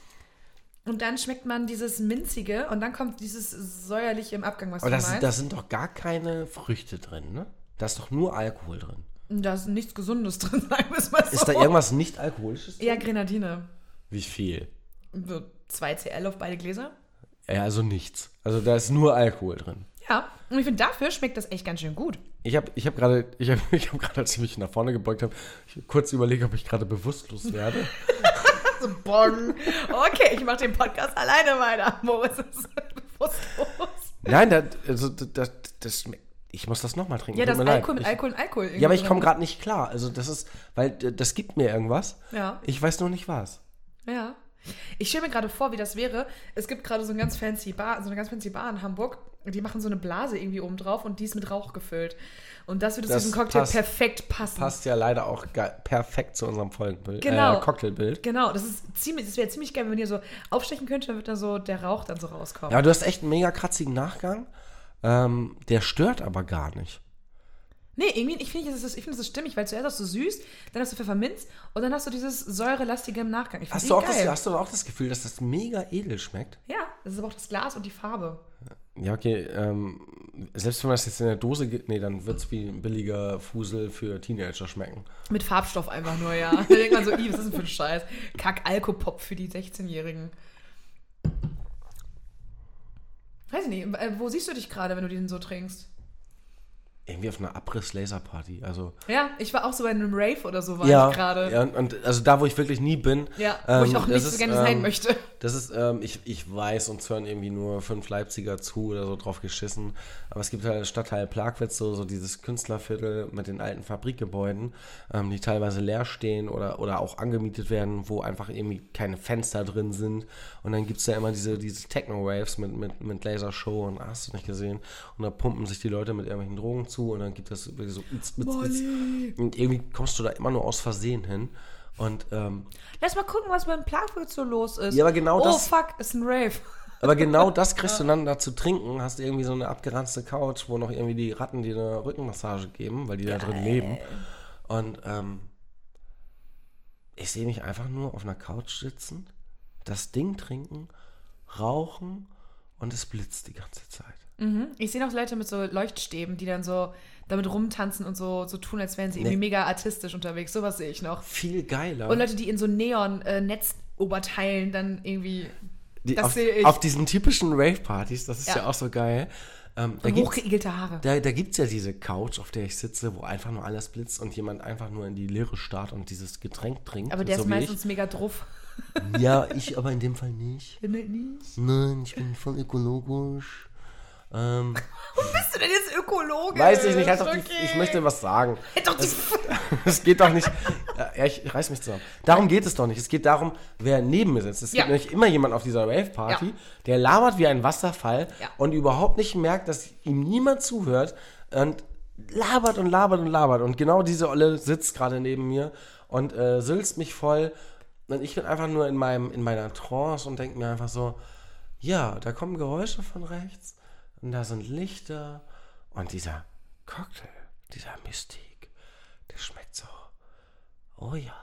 Und dann schmeckt man dieses Minzige und dann kommt dieses säuerliche im Abgang, was Aber du da sind- meinst. da sind doch gar keine Früchte drin, ne? Da ist doch nur Alkohol drin. da ist nichts Gesundes drin, sagen wir es mal so. Ist da irgendwas nicht alkoholisches drin? Ja, Grenadine. Wie viel? So 2 CL auf beide Gläser. Ja, also nichts. Also da ist nur Alkohol drin. Ja, und ich finde, dafür schmeckt das echt ganz schön gut. Ich habe ich hab gerade, ich hab, ich hab gerade, als ich mich nach vorne gebeugt habe, kurz überlegt, ob ich gerade bewusstlos werde. Bon. Okay, ich mache den Podcast alleine weiter. Moritz ist bewusstlos. Nein, das, also, das, das, schmeckt- ich muss das nochmal trinken. Ja, tut das mir leid. Alkohol, ich, Alkohol, Alkohol. Ja, aber ich irgendwie komme drin. gerade nicht klar. Also das ist, weil äh, das gibt mir irgendwas. Ja. Ich weiß nur nicht was. Ja. Ich stelle mir gerade vor, wie das wäre. Es gibt gerade so ein ganz fancy Bar, so eine ganz fancy Bar in Hamburg. Und Die machen so eine Blase irgendwie oben drauf und die ist mit Rauch gefüllt. Und das würde zu Das diesem Cocktail passt- perfekt passen. Passt ja leider auch ge- perfekt zu unserem Folgenbild. Genau. Äh, Cocktailbild. Genau, das ist ziemlich, das wäre ziemlich geil, wenn ihr so aufstechen könnt, dann wird da so der Rauch dann so rauskommen. Ja, aber du hast echt einen mega kratzigen Nachgang. Ähm, der stört aber gar nicht. Nee, irgendwie, ich finde, das, ist- ich find, das ist stimmig, weil zuerst hast du süß, dann hast du Pfefferminz und dann hast du dieses säurelastige im Nachgang. Ich find's Hast du, auch irgendwie das, geil. hast du auch das Gefühl, dass das mega edel schmeckt? Ja, das ist aber auch das Glas und die Farbe. Ja, okay. Ähm, selbst wenn man das jetzt in der Dose gibt, nee, dann wird es wie ein billiger Fusel für Teenager schmecken. Mit Farbstoff einfach nur, ja. Da denkt man so, "Ih, was ist denn für ein Scheiß? Kack Alkopop für die 16-Jährigen. Weiß ich nicht, äh, wo siehst du dich gerade, wenn du den so trinkst? Irgendwie auf einer Abriss-Laserparty. Also, Ja, ich war auch so bei einem Rave oder so, war ja, ich gerade. ja, Ähm, und, und also da, wo ich wirklich nie bin. Ja, wo ich auch nicht so gerne sein möchte. Das ist, ähm, ich, ich weiß, uns hören irgendwie nur fünf Leipziger zu oder so drauf geschissen. Aber es gibt halt Stadtteil Plagwitz, so, so dieses Künstlerviertel mit den alten Fabrikgebäuden, ähm, die teilweise leer stehen oder, oder auch angemietet werden, wo einfach irgendwie keine Fenster drin sind. Und dann gibt es da immer diese, diese Techno-Waves mit, mit, mit Lasershow und ah, hast du nicht gesehen. Und da pumpen sich die Leute mit irgendwelchen Drogen zu und dann gibt es wirklich so. Itz, itz, itz. Und irgendwie kommst du da immer nur aus Versehen hin. Und ähm, Lass mal gucken, was beim Plagwitz so los ist. Ja, aber genau oh, das- Oh, fuck, ist ein Rave. Aber genau das kriegst du dann da zu trinken. Hast irgendwie so eine abgeranzte Couch, wo noch irgendwie die Ratten dir eine Rückenmassage geben, weil die da drin leben. Und ähm, ich sehe mich einfach nur auf einer Couch sitzen, das Ding trinken, rauchen und es blitzt die ganze Zeit. Ich sehe noch Leute mit so Leuchtstäben, die dann so damit rumtanzen und so, so tun, als wären sie irgendwie mega artistisch unterwegs. Sowas sehe ich noch. Viel geiler. Und Leute, die in so Neon-Netzoberteilen dann irgendwie die, das auf, sehe ich. auf diesen typischen Rave-Partys, das ist ja. Ja. auch so geil. Ähm, da gibt's- hochgeigelte Haare. Da, da gibt es ja diese Couch, auf der ich sitze, wo einfach nur alles blitzt und jemand einfach nur in die Leere starrt und dieses Getränk trinkt. Aber der so ist wie meistens mega druff. halt Ich. Ja, ich aber in dem Fall nicht. Bist Nein, ich bin voll ökologisch. Ähm, du denn jetzt Ökologe? weiß ich nicht, halt doch die, ich möchte was sagen. Halt doch die F- Es geht doch nicht. Ja, ich, ich reiß mich zusammen. Darum geht es doch nicht. Es geht darum, wer neben mir sitzt. Es Ja. gibt nämlich immer jemanden auf dieser Rave-Party, Ja. der labert wie ein Wasserfall Ja. und überhaupt nicht merkt, dass ihm niemand zuhört und labert und labert und labert. Und genau diese Olle sitzt gerade neben mir und äh, sülzt mich voll. Und ich bin einfach nur in, meinem, in meiner Trance und denke mir einfach so, ja, da kommen Geräusche von rechts und da sind Lichter und dieser Cocktail, dieser Mystik, der schmeckt so. Oh ja,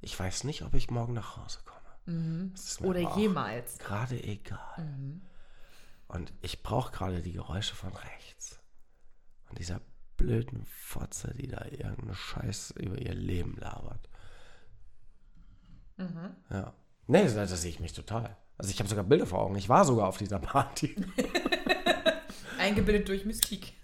ich weiß nicht, ob ich morgen nach Hause komme. Das ist mir Mhm. Oder aber auch jemals. Gerade egal. Mhm. Und ich brauche gerade die Geräusche von rechts. Und dieser blöden Fotze, die da irgendeinen Scheiß über ihr Leben labert. Mhm. Ja. Nee, da, da sehe ich mich total. Also ich habe sogar Bilder vor Augen. Ich war sogar auf dieser Party. Eingebildet durch Mystik.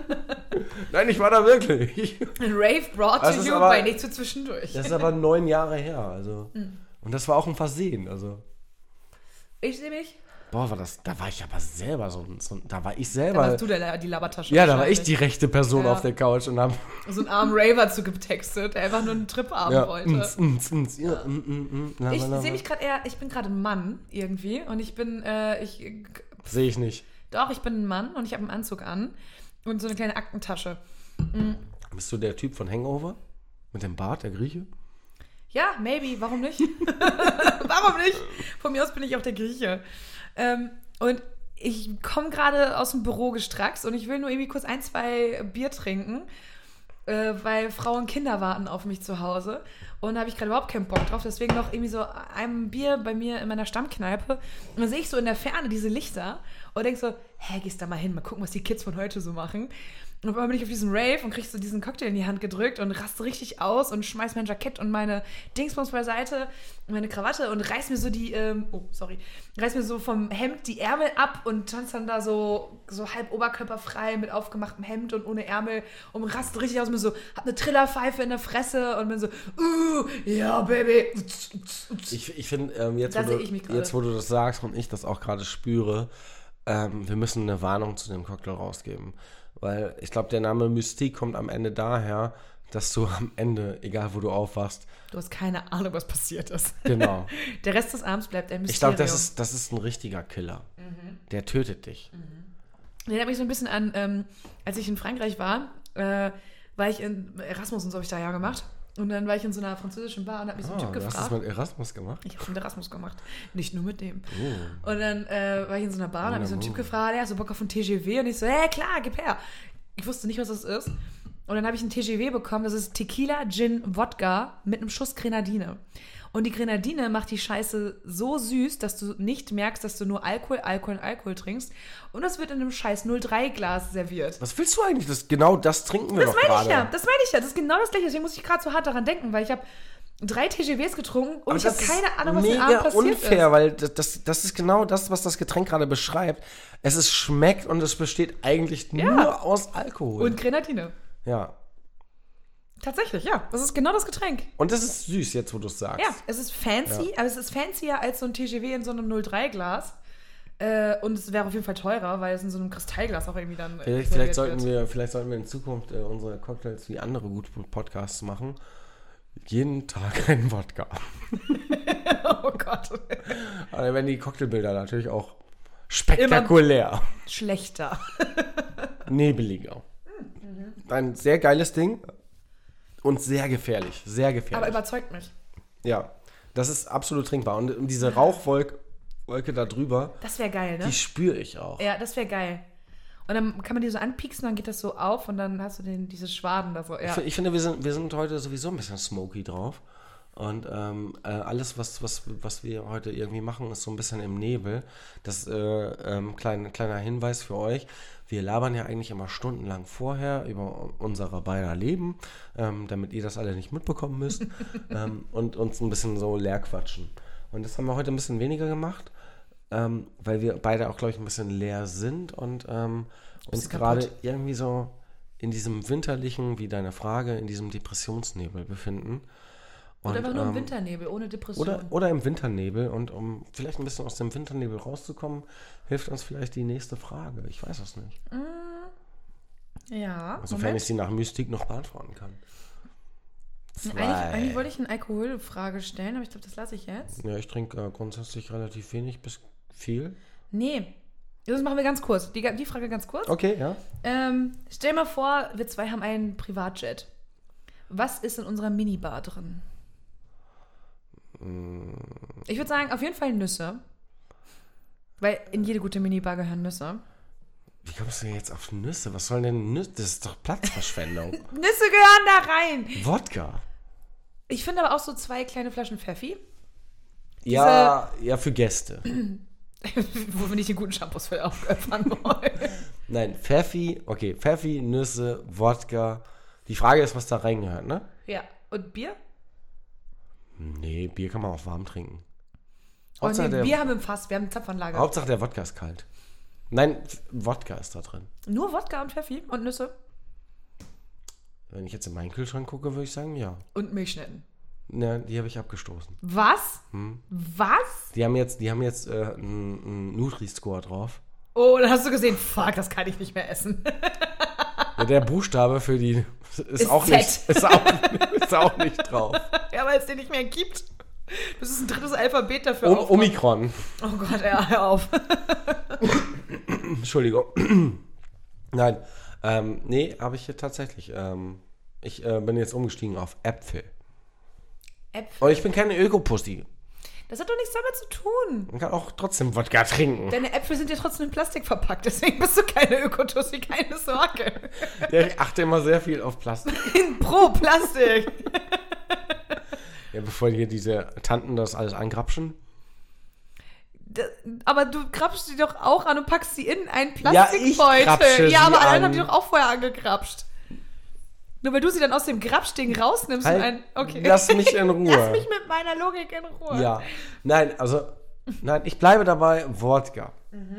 Nein, ich war da wirklich. Rave brought Das to ist you aber- bei nichts für zwischendurch. Das ist aber neun Jahre her. Also. Mhm. Und das war auch ein Versehen. Also. Ich sehe mich. Boah, war das, da war ich aber selber so, ein- so ein- da war ich Da selber. warst du der, die Labertasche. ja, da war wahrscheinlich. ich die rechte Person Ja. auf der Couch und hab. So einen armen Raver zugetextet, der einfach nur einen Trip haben Ja, wollte. mm, mm, mm, ja, mm, mm, mm, la, Ich la, la, sehe la. mich gerade eher, ich bin gerade ein Mann irgendwie und ich bin, äh, ich, Seh ich nicht. doch, ich bin ein Mann und ich habe einen Anzug an und so eine kleine Aktentasche. Bist du der Typ von Hangover? Mit dem Bart, der Grieche? Ja, maybe, warum nicht? warum nicht? Von mir aus bin ich auch der Grieche. Ähm, und ich komme gerade aus dem Büro gestracks und ich will nur irgendwie kurz ein, zwei Bier trinken, äh, weil Frauen und Kinder warten auf mich zu Hause. Und da habe ich gerade überhaupt keinen Bock drauf. Deswegen noch irgendwie so einem Bier bei mir in meiner Stammkneipe. Und dann sehe ich so in der Ferne diese Lichter und denke so, hä, gehst da mal hin, mal gucken, was die Kids von heute so machen. Und auf einmal bin ich auf diesem Rave und krieg so diesen Cocktail in die Hand gedrückt und raste richtig aus und schmeiß mein Jackett und meine Dingsbums beiseite, meine Krawatte und reiß mir so die, ähm, oh, sorry, reiß mir so vom Hemd die Ärmel ab und tanze dann da so, so halb oberkörperfrei mit aufgemachtem Hemd und ohne Ärmel und raste richtig aus und bin so, hab eine Trillerpfeife in der Fresse und bin so, uh, ja, Baby. Ich, ich finde, ähm, jetzt, Da wo du- seh ich mich gerade. jetzt, wo du das sagst und ich das auch gerade spüre, ähm, wir müssen eine Warnung zu dem Cocktail rausgeben. Weil ich glaube, der Name Mystique kommt am Ende daher, dass du am Ende, egal wo du aufwachst, Du hast keine Ahnung, was passiert ist. genau. Der Rest des Abends bleibt ein Mysterium. Mhm. ich glaube, das ist, das ist ein richtiger Killer. Der tötet dich. Erinnert mich so ein bisschen an, ähm, als ich in Frankreich war, äh, war ich in Erasmus und so habe ich da ja gemacht. Und dann war ich in so einer französischen Bar und habe mich so Ah, einen Typ du hast das gefragt. mit Erasmus gemacht? ich habe mit Erasmus gemacht, nicht nur mit dem. Oh. Und dann äh, war ich in so einer Bar und habe mich so einen Typ gefragt, der hat so Bock auf einen TGW. Und ich so, hey, klar, gib her. Ich wusste nicht, was das ist. Und dann habe ich einen TGW bekommen, das ist Tequila, Gin, Wodka mit einem Schuss Grenadine. Und die Grenadine macht die Scheiße so süß, dass du nicht merkst, dass du nur Alkohol, Alkohol und Alkohol trinkst. Und das wird in einem scheiß 03-Glas serviert. Was willst du eigentlich? Das, genau das trinken wir Das doch meine ich gerade. ja, das meine ich ja. Das ist genau das gleiche. Deswegen muss ich gerade so hart daran denken, weil ich habe drei TGWs getrunken und Aber ich habe das keine ist Ahnung, was den mega Abend passiert unfair, ist. weil das, das, das ist genau das, was das Getränk gerade beschreibt. Es ist schmeckt und es besteht eigentlich nur aus Alkohol. Und Grenadine. ja. Tatsächlich, ja. Das ist genau das Getränk. Und das ist süß, jetzt wo du es sagst. Ja, es ist fancy, aber es ist fancier als so ein TGW in so einem 03-Glas. Äh, und es wäre auf jeden Fall teurer, weil es in so einem Kristallglas auch irgendwie dann. äh, Vielleicht, vielleicht, serviert sollten wird. wir, vielleicht sollten wir in Zukunft äh, unsere Cocktails wie andere gute Podcasts machen. Jeden Tag einen Wodka. Oh Gott. Aber dann werden die Cocktailbilder natürlich auch spektakulär. Schlechter. Nebeliger. Hm, mhm. Ein sehr geiles Ding und sehr gefährlich. Sehr gefährlich. Aber überzeugt mich. Ja, das ist absolut trinkbar. Und ähm, diese Rauchwolke Wolke da drüber, Das wäre geil, ne? die spüre ich auch. Ja, das wäre geil. Und dann kann man die so anpieksen, dann geht das so auf und dann hast du den, diese Schwaden da so. Ich, Ja. fi- ich finde, wir sind, wir sind heute sowieso ein bisschen smoky drauf. Und ähm, äh, alles, was, was, was wir heute irgendwie machen, ist so ein bisschen im Nebel. Das äh, ähm, klein, kleiner Hinweis für euch. Wir labern ja eigentlich immer stundenlang vorher über unsere beider Leben, ähm, damit ihr das alle nicht mitbekommen müsst ähm, und uns ein bisschen so leer quatschen. Und das haben wir heute ein bisschen weniger gemacht, ähm, weil wir beide auch, glaube ich, ein bisschen leer sind und ähm, uns gerade kaputt. irgendwie so in diesem winterlichen, wie deine Frage, in diesem Depressionsnebel befinden. Und, Oder einfach nur im ähm, Winternebel, ohne Depression. Oder, oder im Winternebel. Und um vielleicht ein bisschen aus dem Winternebel rauszukommen, hilft uns vielleicht die nächste Frage. Ich weiß es nicht. ja. Sofern ich sie nach Mystik noch beantworten kann. Moment. eigentlich, eigentlich wollte ich eine Alkoholfrage stellen, aber ich glaube, das lasse ich jetzt. Ja, ich trinke äh, grundsätzlich relativ wenig bis viel. Nee. Das machen wir ganz kurz. Die, die Frage ganz kurz. Okay, ja. Ähm, stell mal vor, wir zwei haben einen Privatjet. Was ist in unserer Minibar drin? Ich würde sagen, auf jeden Fall Nüsse. Weil in jede gute Minibar gehören Nüsse. Wie kommst du denn jetzt auf Nüsse? Was sollen denn Nüsse? Das ist doch Platzverschwendung. Nüsse gehören da rein! Wodka. Ich finde aber auch so zwei kleine Flaschen Pfeffi, Ja, ja, für Gäste. wo wir nicht den guten Shampoos für aufgefahren wollen. Nein, Pfeffi, okay, Pfeffi, Nüsse, Wodka. Die Frage ist, was da reingehört, ne? ja. Und Bier? Nee, Bier kann man auch warm trinken. Oh, Hauptsache, nee, der, Bier haben wir im Fass, wir haben eine Zapfanlage. Hauptsache der Wodka ist kalt. Nein, F- Wodka ist da drin. Nur Wodka und Pfeffi und Nüsse. Wenn ich jetzt in meinen Kühlschrank gucke, würde ich sagen, ja. Und Milchschnitten. Na, die habe ich abgestoßen. Was? Hm. Was? Die haben jetzt, die haben jetzt äh, einen einen Nutri-Score drauf. Oh, dann hast du gesehen, fuck, das kann ich nicht mehr essen. Ja, der Buchstabe für die ist, Ist auch Z. nicht, ist auch, ist auch nicht drauf. ja, weil es den nicht mehr gibt. Das ist ein drittes Alphabet dafür. Um, auf- Omikron. oh Gott, ja, hör auf. Entschuldigung. Nein. Ähm, nee, habe ich hier tatsächlich. Ähm, ich äh, bin jetzt umgestiegen auf Äpfel. Äpfel. Und ich bin keine Ökopussy. Das hat doch nichts damit zu tun. Man kann auch trotzdem Wodka trinken. Deine Äpfel sind ja trotzdem in Plastik verpackt, deswegen bist du keine Ökotussi, keine Sorge. Ja, ich achte immer sehr viel auf Plastik. Pro Plastik. Ja, bevor hier diese Tanten das alles angrapschen. Da- Aber du grapschst die doch auch an und packst sie in einen Ja, ich grapsche Plastikbeutel. sie ja aber alle anderen an. haben die doch auch vorher angegrapscht. Nur weil du sie dann aus dem Grapschding rausnimmst und ein. Okay. Halt. Lass mich in Ruhe. Lass mich mit meiner Logik in Ruhe. Ja. Nein, also, nein, ich bleibe dabei, Wodka. Mhm.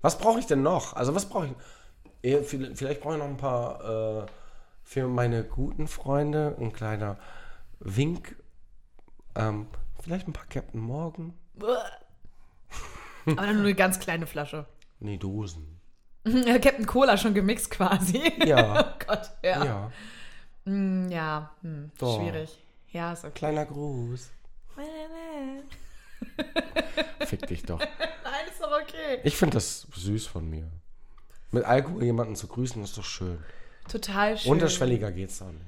Was brauche ich denn noch? Also, was brauche ich? Eh, viel- Vielleicht brauche ich noch ein paar äh, für meine guten Freunde, ein kleiner Wink. Ähm, vielleicht ein paar Captain Morgan. Aber dann nur eine ganz kleine Flasche. Äh, Nee, Dosen. Captain Cola schon gemixt quasi. Ja. oh Gott, ja. Ja, Ja, hm, ja. Hm, Doch. schwierig. Ja, ist okay. kleiner Gruß. Nein, Fick dich doch. ist doch okay. Ich finde das süß von mir. Mit Alkohol jemanden zu grüßen, ist doch schön. Total schön. Unterschwelliger geht's doch nicht.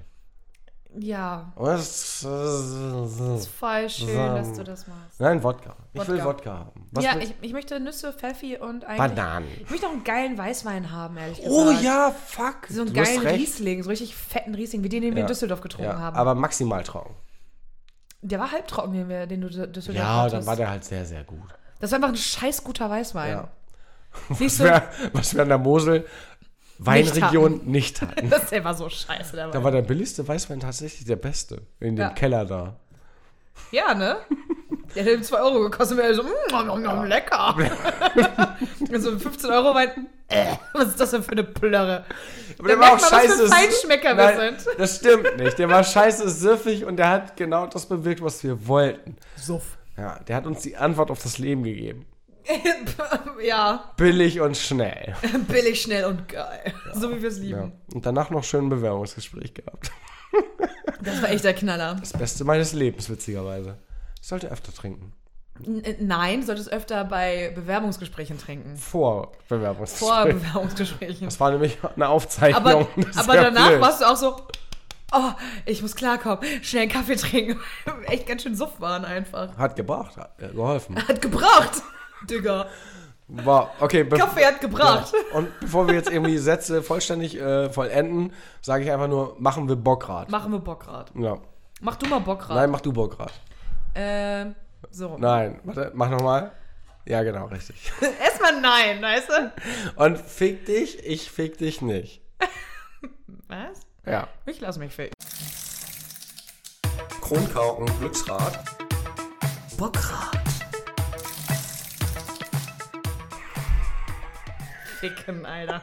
Ja. Aber das- Ist voll schön, Ähm, dass du das machst. Nein, Wodka. Ich will Wodka. Wodka haben. Was ja, will- ich, ich möchte Nüsse, Pfeffi und eigentlich. Bananen. Ich möchte auch einen geilen Weißwein haben, ehrlich gesagt. oh ja, fuck. So einen Du hast geilen recht. Riesling, so richtig fetten Riesling, wie den, den wir in Düsseldorf getrunken ja, haben. Aber maximal trocken. der war halbtrocken, den, wir, den du in Düsseldorf Ja, hattest. dann war der halt sehr, sehr gut. das war einfach ein scheiß guter Weißwein. Ja. Nicht Was so, wir, was wir an der Mosel Weinregion nicht hatten. das, der war so scheiße. Der Da Wein. war der billigste Weißwein tatsächlich der beste. In dem Ja. Keller da. ja, ne? Der hätte ihm 2 Euro gekostet und wäre so, mm, nom, nom, lecker. Und so ein 15 Euro Wein, äh, was ist das denn für eine Plörre? Aber Da merkt man, was für Feinschmecker wir Nein, sind. Das stimmt nicht. Der war scheiße süffig und der hat genau das bewirkt, was wir wollten. Suff. Ja, der hat uns die Antwort auf das Leben gegeben. ja, Billig und schnell. billig, schnell und geil. So wie wir es Ja. lieben. Und danach noch schön ein Bewerbungsgespräch gehabt. Das war echt der Knaller. Das Beste meines Lebens, witzigerweise. Ich sollte öfter trinken. N äh, nein, du solltest öfter bei Bewerbungsgesprächen trinken. Vor Vor Bewerbungsgespräch. Bewerbungsgesprächen. das war nämlich eine Aufzeichnung. Aber, Genau, Das ist aber ja danach blöd. warst du auch so, oh, ich muss klarkommen, schnell einen Kaffee trinken. Echt ganz schön Suff waren einfach. Hat gebracht, hat äh, geholfen. Hat gebraucht, Digga. War, okay. be- Kaffee hat gebracht. Ja. Und bevor wir jetzt irgendwie Sätze vollständig äh, vollenden, sage ich einfach nur, machen wir Bockrad. Machen wir Bockrad. ja. Mach du mal Bockrad. Nein, mach du Bockrad. Ähm, so. Nein, warte, mach nochmal. Ja, genau, richtig. Erstmal nein, weißt du? Und fick dich, ich fick dich nicht. Was? Ja. Ich lass mich ficken. Kronkauken, Glücksrad. Bockrad. Ficken, Alter.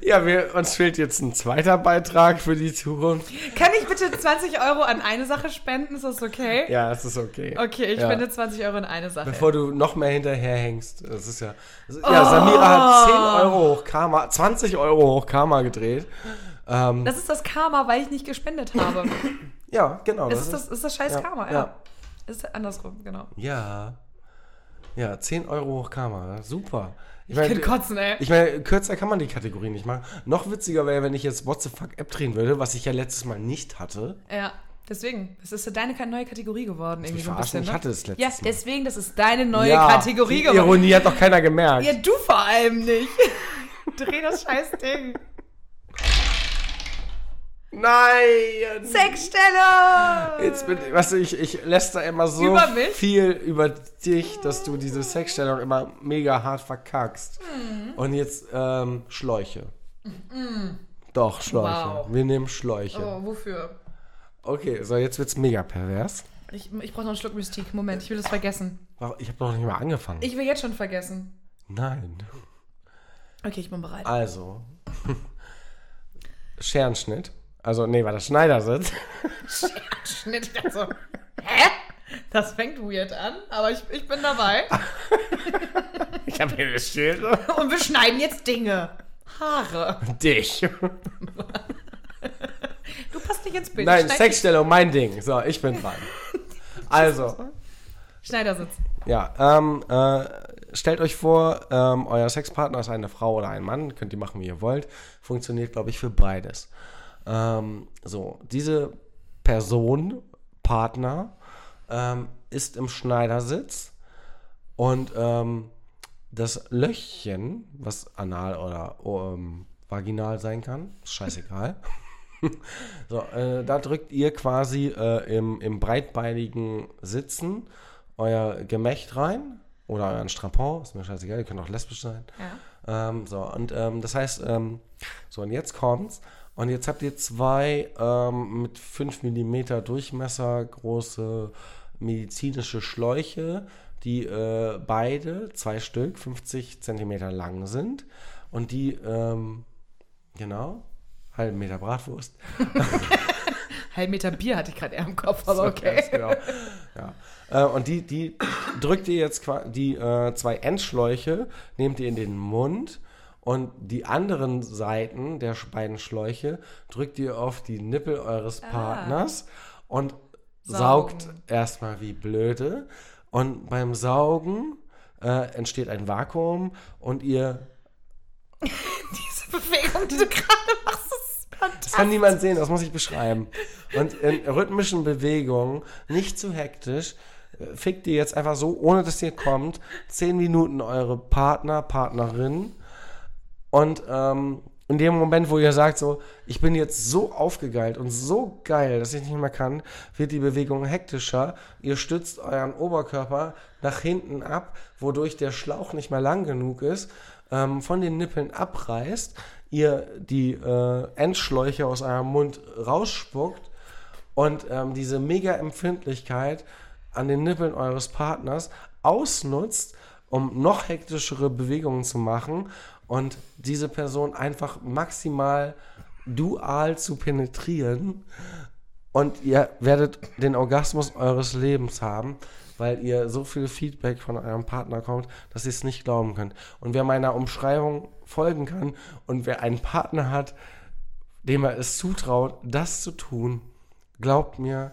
Ja, wir, uns fehlt jetzt ein zweiter Beitrag für die Zukunft. Kann ich bitte 20 Euro an eine Sache spenden? Ist das okay? Ja, das ist okay. Okay, ich ja. spende 20 Euro an eine Sache. Bevor du noch mehr hinterherhängst, das ist ja. Das, Oh. Ja, Samira hat 10 Euro hoch Karma, 20 Euro hoch Karma gedreht. Ähm, das ist das Karma, weil ich nicht gespendet habe. ja, genau. Das ist das, ist das scheiß ja, Karma, ja. ja. Das ist andersrum, genau. Ja. Ja, 10 Euro hoch Karma. Super. Ich Ich kann kotzen, ey. Ich meine, kürzer kann man die Kategorie nicht machen. Noch witziger wäre, wenn ich jetzt What the fuck App drehen würde, was ich ja letztes Mal nicht hatte. ja, deswegen. Das ist so deine ka- neue Kategorie geworden. irgendwie mich so ein verarschen? bisschen, Ich ne? hatte es letztes Ja, Mal. deswegen, das ist deine neue ja, Kategorie die geworden. Ironie hat doch keiner gemerkt. Ja, du vor allem nicht. Dreh das scheiß Ding. Nein! Sexstelle! Jetzt bin, weißt du, ich, ich lässt da immer so Über mich? viel über dich, dass du diese Sexstellung immer mega hart verkackst. Mhm. Und jetzt ähm, Schläuche. Doch, Schläuche. Wow. Wir nehmen Schläuche. Oh, wofür? Okay, so jetzt wird's mega pervers. Ich, ich brauche noch einen Schluck Mystik. Moment, ich will das vergessen. Warum- Ich habe noch nicht mal angefangen. Ich will jetzt schon vergessen. Nein. Ah. Okay, ich bin bereit. Also. Scherenschnitt. Also, nee, war das Schneidersitz. Schnitt. Also, hä? Das fängt weird an, aber ich, ich bin dabei. Ich habe hier eine Schere. Und wir schneiden jetzt Dinge. Haare. Dich. Du passt nicht ins Bild. Nein, Schneid- Sexstellung, mein Ding. So, ich bin dran. Also, Schneidersitz. ja, ähm, äh, stellt euch vor, ähm, euer Sexpartner ist eine Frau oder ein Mann. Könnt ihr machen, wie ihr wollt. Funktioniert, glaube ich, für beides. Ähm, so, diese Person, Partner, ähm, ist im Schneidersitz und ähm, das Löchchen, was anal oder ähm, vaginal sein kann, ist scheißegal. so, äh, da drückt ihr quasi äh, im, im breitbeinigen Sitzen euer Gemächt rein oder euren Strapon, ist mir scheißegal, ihr könnt auch lesbisch sein. Ja. Ähm, so, und ähm, das heißt, ähm, so, und jetzt kommt's. Und jetzt habt ihr zwei ähm, mit 5 mm Durchmesser große medizinische Schläuche, die äh, beide, zwei Stück, 50 cm lang sind. Und die, ähm, genau, halben Meter Bratwurst. Halb Meter Bier hatte ich gerade eher im Kopf, aber okay. Ganz genau. ja. äh, und die, die drückt ihr jetzt qua- die äh, zwei Endschläuche, nehmt ihr in den Mund und die anderen Seiten der sch- beiden Schläuche drückt ihr auf die Nippel eures Partners und Ah. Saugen. saugt erstmal wie blöde. Und beim Saugen äh, entsteht ein Vakuum und ihr. Diese Bewegung, die du gerade machst, ist Das kann niemand sehen, das muss ich beschreiben. Und in rhythmischen Bewegungen, nicht zu hektisch, äh, fickt ihr jetzt einfach so, ohne dass ihr kommt, zehn Minuten eure Partner, Partnerin. Und ähm, in dem Moment, wo ihr sagt, so, ich bin jetzt so aufgegeilt und so geil, dass ich nicht mehr kann, wird die Bewegung hektischer. Ihr stützt euren Oberkörper nach hinten ab, wodurch der Schlauch nicht mehr lang genug ist, ähm, von den Nippeln abreißt, ihr die äh, Endschläuche aus eurem Mund rausspuckt und ähm, diese Mega-Empfindlichkeit an den Nippeln eures Partners ausnutzt, um noch hektischere Bewegungen zu machen und diese Person einfach maximal dual zu penetrieren. Und ihr werdet den Orgasmus eures Lebens haben, weil ihr so viel Feedback von eurem Partner kommt, dass ihr es nicht glauben könnt. Und wer meiner Umschreibung folgen kann und wer einen Partner hat, dem er es zutraut, das zu tun, glaubt mir,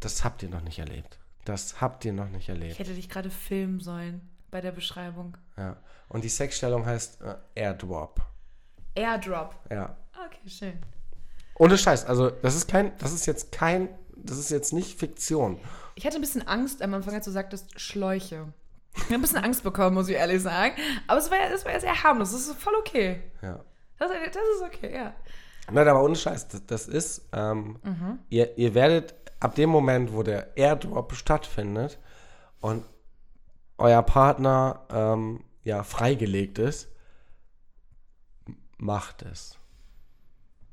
das habt ihr noch nicht erlebt. Das habt ihr noch nicht Ich erlebt. hätte dich gerade filmen sollen bei der Beschreibung. Ja. Und die Sexstellung heißt äh, Airdrop. Airdrop. Ja. Okay, schön. Ohne Scheiß. Also, das ist kein, das ist jetzt kein, das ist jetzt nicht Fiktion. Ich hatte ein bisschen Angst am Anfang, als du sagtest Schläuche. Ich habe ein bisschen Angst bekommen, muss ich ehrlich sagen. Aber es war, ja- es war ja sehr harmlos. Das ist voll okay. Ja. Das, das ist okay, ja. Nein, aber ohne Scheiß. Das, das ist, ähm, ihr, ihr werdet ab dem Moment, wo der Airdrop stattfindet und euer Partner ähm, ja freigelegt ist, m- macht es.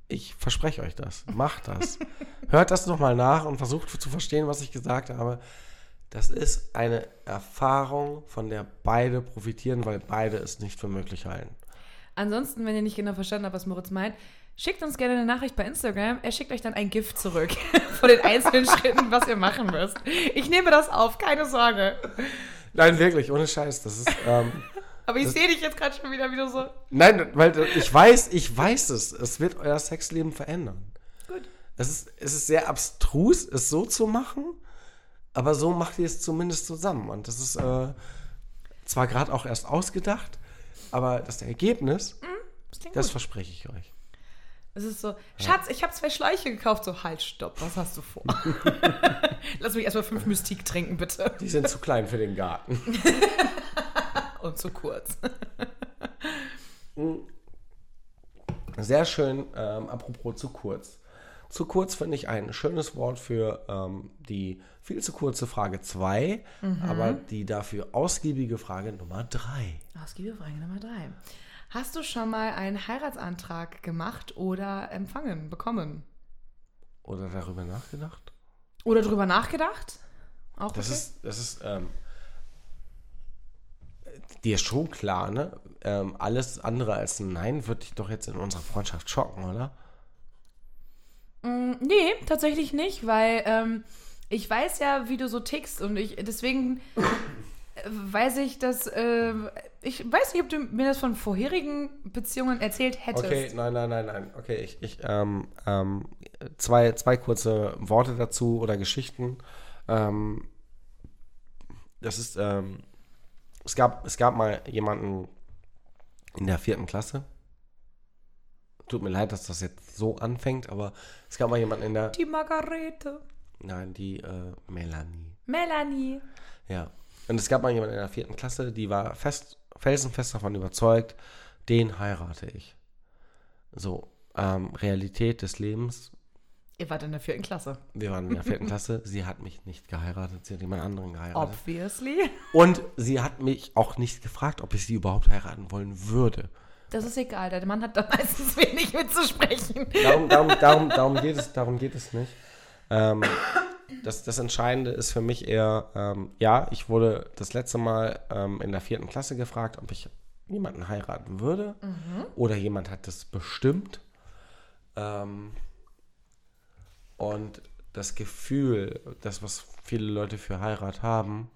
Ich verspreche euch das. Macht das. Hört das nochmal nach und versucht zu verstehen, was ich gesagt habe. Das ist eine Erfahrung, von der beide profitieren, weil beide es nicht für möglich halten. Ansonsten, wenn ihr nicht genau verstanden habt, was Moritz meint, schickt uns gerne eine Nachricht bei Instagram. Er schickt euch dann ein Gift zurück von den einzelnen Schritten, was ihr machen müsst. Ich nehme das auf, keine Sorge. Nein, wirklich, ohne Scheiß. Das ist. Ähm, Aber ich sehe dich jetzt gerade schon wieder wieder so. Nein, weil ich weiß, ich weiß es. Es wird euer Sexleben verändern. Gut. Es ist, es ist sehr abstrus, es so zu machen, aber so macht ihr es zumindest zusammen. Und das ist äh, zwar gerade auch erst ausgedacht, aber das Ergebnis, Das klingt das gut. verspreche ich euch. Es ist so, Schatz, ich habe zwei Schläuche gekauft. So, halt, stopp, was hast du vor? Lass mich erstmal fünf Mystik trinken, bitte. Die sind zu klein für den Garten. Und zu kurz. Sehr schön, ähm, apropos zu kurz. Zu kurz finde ich ein schönes Wort für ähm, die viel zu kurze Frage 2, aber die dafür ausgiebige Frage Nummer 3. Ausgiebige Frage Nummer drei. Hast du schon mal einen Heiratsantrag gemacht oder empfangen, bekommen? Oder darüber nachgedacht? Oder drüber nachgedacht? Auch Das okay? ist, das ist, ähm, dir ist schon klar, ne? Ähm, alles andere als ein Nein würde dich doch jetzt in unserer Freundschaft schocken, oder? Mm, Nee, tatsächlich nicht, weil ähm, ich weiß ja, wie du so tickst und ich deswegen äh, weiß ich, dass äh, ich weiß nicht, ob du mir das von vorherigen Beziehungen erzählt hättest. Okay, nein, nein, nein, nein. Okay, ich, ich ähm, ähm, zwei, zwei kurze Worte dazu oder Geschichten. Ähm, das ist, ähm, es gab, es gab mal jemanden in der vierten Klasse. Tut mir leid, dass das jetzt so anfängt, aber es gab mal jemanden in der, Die Margarete, nein, die äh, Melanie. Melanie. Ja. Und es gab mal jemanden in der vierten Klasse, die war fest, felsenfest davon überzeugt, den heirate ich. So, ähm, Realität des Lebens. Ihr wart in der vierten Klasse. Wir waren in der vierten Klasse. Sie hat mich nicht geheiratet. Sie hat jemand anderen geheiratet. Obviously. Und sie hat mich auch nicht gefragt, ob ich sie überhaupt heiraten wollen würde. Das ist egal, der Mann hat da meistens wenig mitzusprechen. Darum, darum, darum, darum, geht, es, darum geht es nicht. Ähm, das, das Entscheidende ist für mich eher, ähm, ja, ich wurde das letzte Mal ähm, in der vierten Klasse gefragt, ob ich jemanden heiraten würde. Oder jemand hat das bestimmt. Ähm, und das Gefühl, das, was viele Leute für Heirat haben,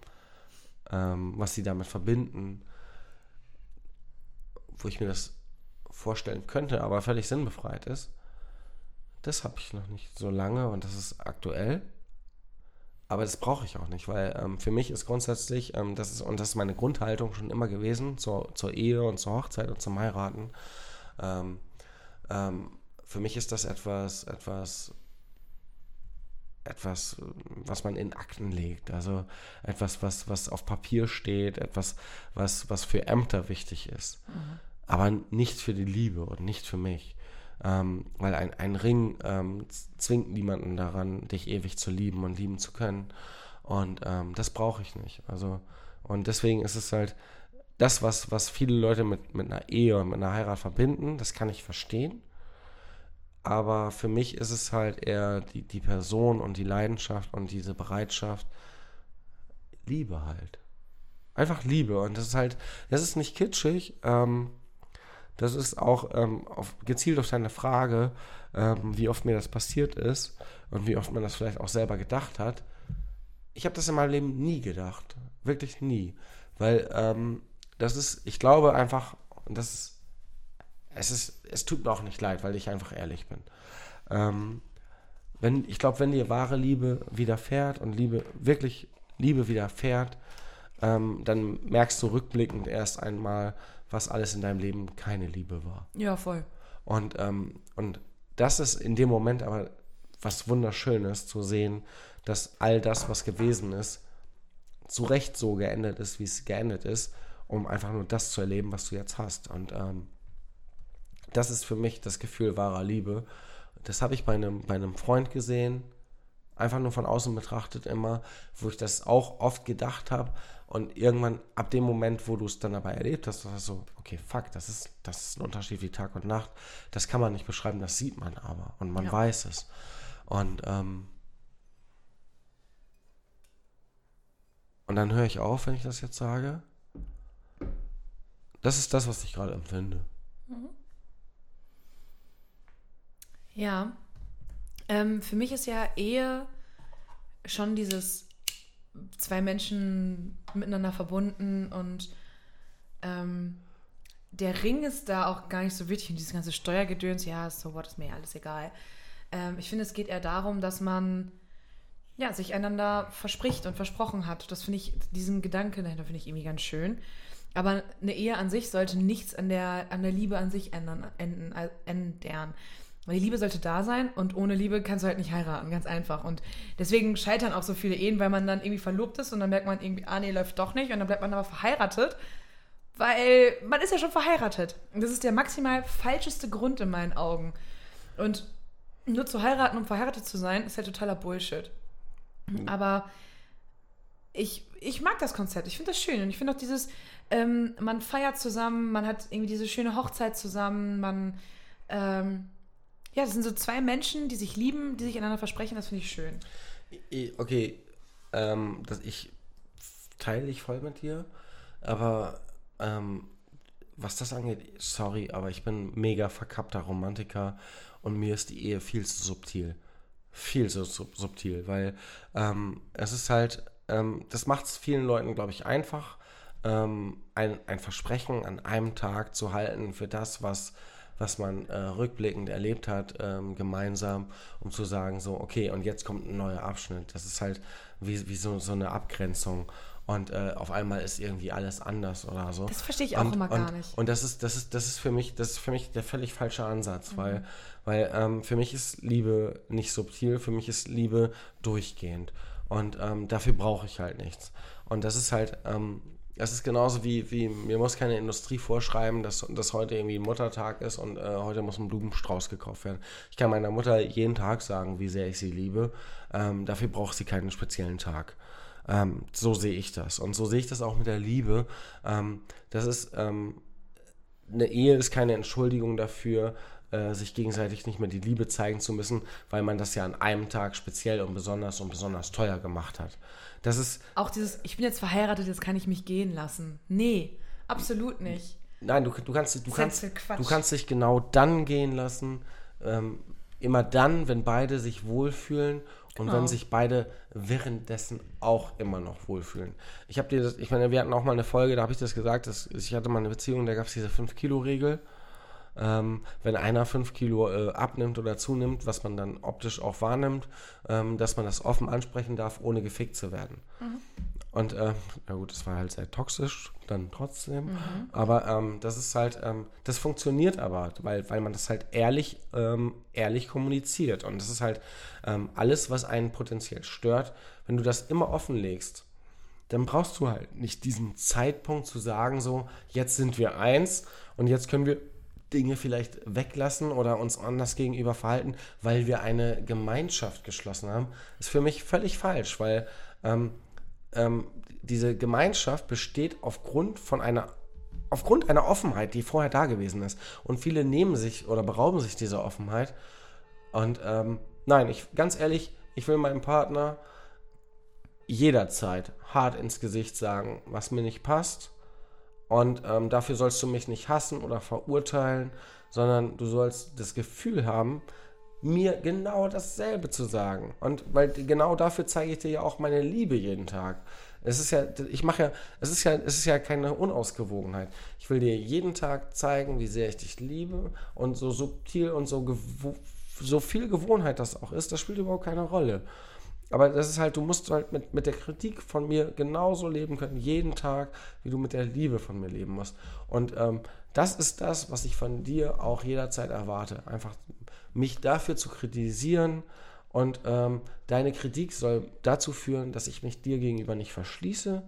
ähm, was sie damit verbinden, wo ich mir das vorstellen könnte, aber völlig sinnbefreit ist, das habe ich noch nicht so lange und das ist aktuell. Aber das brauche ich auch nicht, weil ähm, für mich ist grundsätzlich, ähm, das ist, und das ist meine Grundhaltung schon immer gewesen, zur, zur Ehe und zur Hochzeit und zum Heiraten. Ähm, ähm, für mich ist das etwas, etwas, etwas, äh, was man in Akten legt. Also etwas, was, was auf Papier steht, etwas, was, was für Ämter wichtig ist. Aber nicht für die Liebe und nicht für mich. Ähm, weil ein, ein Ring ähm, z- zwingt niemanden daran, dich ewig zu lieben und lieben zu können. Und ähm, das brauche ich nicht. Also, und deswegen ist es halt das, was, was viele Leute mit, mit einer Ehe und mit einer Heirat verbinden, das kann ich verstehen. Aber für mich ist es halt eher die, die Person und die Leidenschaft und diese Bereitschaft, Liebe halt. Einfach Liebe. Und das ist halt, das ist nicht kitschig. Ähm, das ist auch ähm, auf, gezielt auf deine Frage, ähm, wie oft mir das passiert ist und wie oft man das vielleicht auch selber gedacht hat. Ich habe das in meinem Leben nie gedacht. Wirklich nie. Weil ähm, das ist, ich glaube einfach, und das ist, es ist, es tut mir auch nicht leid, weil ich einfach ehrlich bin. Ähm, wenn, ich glaube, wenn dir wahre Liebe widerfährt und Liebe, wirklich Liebe widerfährt, ähm, dann merkst du rückblickend erst einmal, was alles in deinem Leben keine Liebe war. Ja, voll. Und, ähm, und das ist in dem Moment aber was Wunderschönes zu sehen, dass all das, was gewesen ist, zu Recht so geendet ist, wie es geendet ist, um einfach nur das zu erleben, was du jetzt hast. Und ähm, das ist für mich das Gefühl wahrer Liebe. Das habe ich bei einem, bei einem Freund gesehen, einfach nur von außen betrachtet immer, wo ich das auch oft gedacht habe. Und irgendwann, ab dem Moment, wo du es dann dabei erlebt hast, war es so, okay, fuck, das ist, das ist ein Unterschied wie Tag und Nacht. Das kann man nicht beschreiben, das sieht man aber und man Ja. weiß es. Und, ähm, und dann höre ich auf, wenn ich das jetzt sage. Das ist das, was ich gerade empfinde. Ja. Ähm, für mich ist ja Ehe schon dieses zwei Menschen miteinander verbunden und ähm, der Ring ist da auch gar nicht so wichtig und dieses ganze Steuergedöns, ja, so what, ist mir ja alles egal. Ähm, ich finde, es geht eher darum, dass man ja, sich einander verspricht und versprochen hat. Das finde ich, diesen Gedanken dahinter finde ich irgendwie ganz schön. Aber eine Ehe an sich sollte nichts an der, an der Liebe an sich ändern, enden, äh, ändern. Weil die Liebe sollte da sein und ohne Liebe kannst du halt nicht heiraten, ganz einfach. Und deswegen scheitern auch so viele Ehen, weil man dann irgendwie verlobt ist und dann merkt man irgendwie, ah nee, läuft doch nicht und dann bleibt man aber verheiratet, weil man ist ja schon verheiratet. Und das ist der maximal falscheste Grund in meinen Augen. Und nur zu heiraten, um verheiratet zu sein, ist halt totaler Bullshit. Hm. Aber ich, ich mag das Konzept. Ich finde das schön. Und ich finde auch dieses, ähm, man feiert zusammen, man hat irgendwie diese schöne Hochzeit zusammen, man, ähm, ja, das sind so zwei Menschen, die sich lieben, die sich einander versprechen. Das finde ich schön. I- Okay, ähm, das ich teile ich voll mit dir, aber ähm, was das angeht, sorry, aber ich bin mega verkappter Romantiker und mir ist die Ehe viel zu subtil. Viel zu sub subtil, weil ähm, es ist halt, ähm, das macht es vielen Leuten, glaube ich, einfach, ähm, ein, ein Versprechen an einem Tag zu halten für das, was, was man äh, rückblickend erlebt hat, ähm, gemeinsam, um zu sagen, so, okay, und jetzt kommt ein neuer Abschnitt. Das ist halt wie, wie so, so eine Abgrenzung. Und äh, auf einmal ist irgendwie alles anders oder so. Das verstehe ich auch und, immer und, gar nicht. Und das ist, das ist, das ist für mich, das ist für mich der völlig falsche Ansatz, weil, weil ähm, für mich ist Liebe nicht subtil, für mich ist Liebe durchgehend. Und ähm, dafür brauche ich halt nichts. Und das ist halt, ähm, das ist genauso wie, wie, mir muss keine Industrie vorschreiben, dass, dass heute irgendwie Muttertag ist und äh, heute muss ein Blumenstrauß gekauft werden. Ich kann meiner Mutter jeden Tag sagen, wie sehr ich sie liebe. Ähm, dafür braucht sie keinen speziellen Tag. Ähm, so sehe ich das. Und so sehe ich das auch mit der Liebe. Ähm, das ist, ähm, eine Ehe ist keine Entschuldigung dafür, äh, sich gegenseitig nicht mehr die Liebe zeigen zu müssen, weil man das ja an einem Tag speziell und besonders und besonders teuer gemacht hat. Das ist, Auch dieses, ich bin jetzt verheiratet, jetzt kann ich mich gehen lassen. Nee, absolut nicht. nein, du, du kannst, du ist kannst, jetzt Quatsch. du kannst dich genau dann gehen lassen, ähm, immer dann, wenn beide sich wohlfühlen und Genau. wenn sich beide währenddessen auch immer noch wohlfühlen. Ich habe dir das, ich meine, wir hatten auch mal eine Folge, da habe ich das gesagt, dass ich hatte mal eine Beziehung, da gab es diese 5-Kilo-Regel. Ähm, wenn einer 5 Kilo äh, abnimmt oder zunimmt, was man dann optisch auch wahrnimmt, ähm, dass man das offen ansprechen darf, ohne gefickt zu werden. Und äh, na gut, das war halt sehr toxisch, dann trotzdem. Aber ähm, das ist halt, ähm, das funktioniert aber, weil, weil man das halt ehrlich, ähm, ehrlich kommuniziert. Und das ist halt ähm, alles, was einen potenziell stört, wenn du das immer offenlegst dann brauchst du halt nicht diesen Zeitpunkt zu sagen, so, jetzt sind wir eins und jetzt können wir Dinge vielleicht weglassen oder uns anders gegenüber verhalten, weil wir eine Gemeinschaft geschlossen haben. Ist für mich völlig falsch, weil ähm, ähm, diese Gemeinschaft besteht aufgrund von einer aufgrund einer Offenheit, die vorher da gewesen ist. Und viele nehmen sich oder berauben sich dieser Offenheit. Und ähm, nein, ich ganz ehrlich, ich will meinem Partner jederzeit hart ins Gesicht sagen, was mir nicht passt. Und ähm, dafür sollst du mich nicht hassen oder verurteilen, sondern du sollst das Gefühl haben, mir genau dasselbe zu sagen. Und weil genau dafür zeige ich dir ja auch meine Liebe jeden Tag. Es ist ja, ich mache ja, es ist ja, es ist ja keine Unausgewogenheit. Ich will dir jeden Tag zeigen, wie sehr ich dich liebe und so subtil und so gewo- so viel Gewohnheit das auch ist, das spielt überhaupt keine Rolle. Aber das ist halt, du musst halt mit, mit der Kritik von mir genauso leben können, jeden Tag, wie du mit der Liebe von mir leben musst. Und ähm, das ist das, was ich von dir auch jederzeit erwarte. Einfach mich dafür zu kritisieren. Und ähm, deine Kritik soll dazu führen, dass ich mich dir gegenüber nicht verschließe,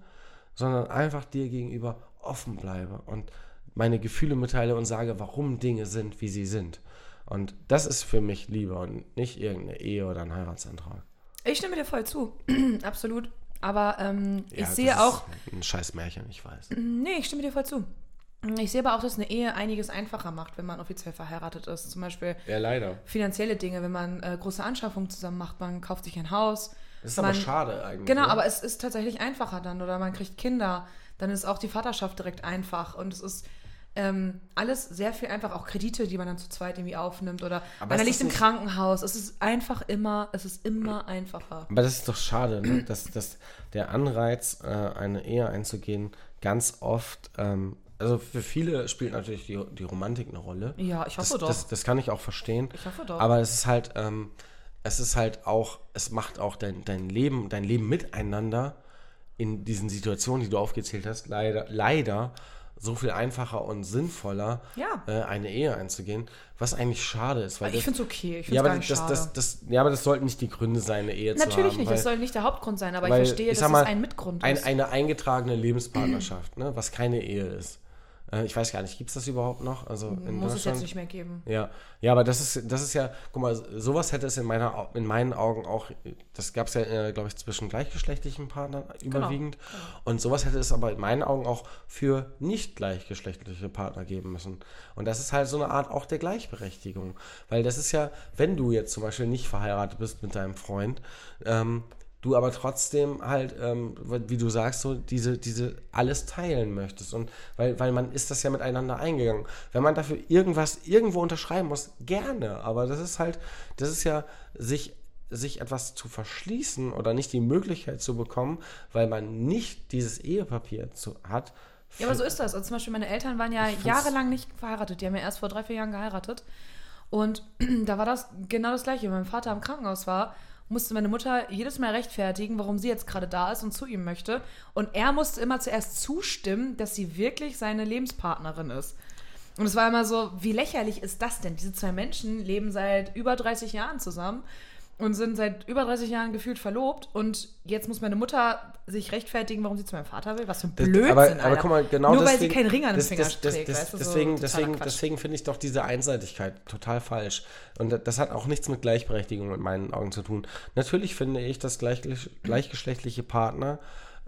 sondern einfach dir gegenüber offen bleibe und meine Gefühle mitteile und sage, warum Dinge sind, wie sie sind. Und das ist für mich Liebe und nicht irgendeine Ehe oder ein Heiratsantrag. Ich stimme dir voll zu. Absolut. Aber ähm, Ja, ich das sehe ist auch, Ein scheiß Märchen, ich weiß. Nee, ich stimme dir voll zu. Ich sehe aber auch, dass eine Ehe einiges einfacher macht, wenn man offiziell verheiratet ist. Zum Beispiel Ja, leider. finanzielle Dinge, wenn man äh, große Anschaffungen zusammen macht, man kauft sich ein Haus. Das ist man, aber schade eigentlich. Genau, ne? aber es ist tatsächlich einfacher dann oder man kriegt Kinder, dann ist auch die Vaterschaft direkt einfach und es ist ähm, alles sehr viel einfach, auch Kredite, die man dann zu zweit irgendwie aufnimmt oder Aber man ist liegt das im nicht- Krankenhaus. Es ist einfach immer, es ist immer einfacher. Aber das ist doch schade, ne? dass, dass der Anreiz, äh, eine Ehe einzugehen, ganz oft, ähm, also für viele spielt natürlich die, die Romantik eine Rolle. Ja, ich hoffe das, doch. Das, das kann ich auch verstehen. Ich hoffe doch. Aber es ist halt, ähm, es ist halt auch, es macht auch dein, dein Leben, dein Leben miteinander in diesen Situationen, die du aufgezählt hast, leider, leider so viel einfacher und sinnvoller, Ja. äh, eine Ehe einzugehen, was eigentlich schade ist. Weil Ich das- finde es okay, ich finde ja, es aber gar nicht das, schade. das, das, ja, aber das sollten nicht die Gründe sein, eine Ehe zu haben. Natürlich nicht, weil- das soll nicht der Hauptgrund sein, aber weil, ich verstehe, sag dass mal, es ein Mitgrund ein, ist. Eine eingetragene Lebenspartnerschaft, ne, was keine Ehe ist. Äh, ich weiß gar nicht, gibt es das überhaupt noch? Also in Muss es Deutschland? jetzt nicht mehr geben. Ja, ja, aber das ist, das ist ja, guck mal, sowas hätte es in, meiner, Au- in meinen Augen auch, das gab es ja, äh, glaube ich, zwischen gleichgeschlechtlichen Partnern überwiegend. Und sowas hätte es aber in meinen Augen auch für nicht gleichgeschlechtliche Partner geben müssen. Und das ist halt so eine Art auch der Gleichberechtigung. Weil das ist ja, wenn du jetzt zum Beispiel nicht verheiratet bist mit deinem Freund, ähm, du aber trotzdem halt, ähm, wie du sagst, so diese, diese alles teilen möchtest. Und weil, weil man ist das ja miteinander eingegangen. Wenn man dafür irgendwas irgendwo unterschreiben muss, gerne. Aber das ist halt, das ist ja sich sich etwas zu verschließen oder nicht die Möglichkeit zu bekommen, weil man nicht dieses Ehepapier zu, hat. Ja, aber so ist das. Also zum Beispiel meine Eltern waren ja Ich find's- jahrelang nicht verheiratet. Die haben ja erst vor drei, vier Jahren geheiratet. Und da war das genau das Gleiche. Wenn mein Vater im Krankenhaus war, musste meine Mutter jedes Mal rechtfertigen, warum sie jetzt gerade da ist und zu ihm möchte. Und er musste immer zuerst zustimmen, dass sie wirklich seine Lebenspartnerin ist. Und es war immer so, wie lächerlich ist das denn? Diese zwei Menschen leben seit über 30 Jahren zusammen und sind seit über 30 Jahren gefühlt verlobt. Und jetzt muss meine Mutter sich rechtfertigen, warum sie zu meinem Vater will. Was für ein Das- Blödsinn, aber, aber Alter. guck mal, genau Nur deswegen, weil sie keinen Ring an den das- Finger das- das- trägt, das- weißt du, so Deswegen, totaler deswegen, Quatsch. deswegen finde ich doch diese Einseitigkeit total falsch. Und da- das hat auch nichts mit Gleichberechtigung in meinen Augen zu tun. Natürlich finde ich, dass gleich, gleichgeschlechtliche Partner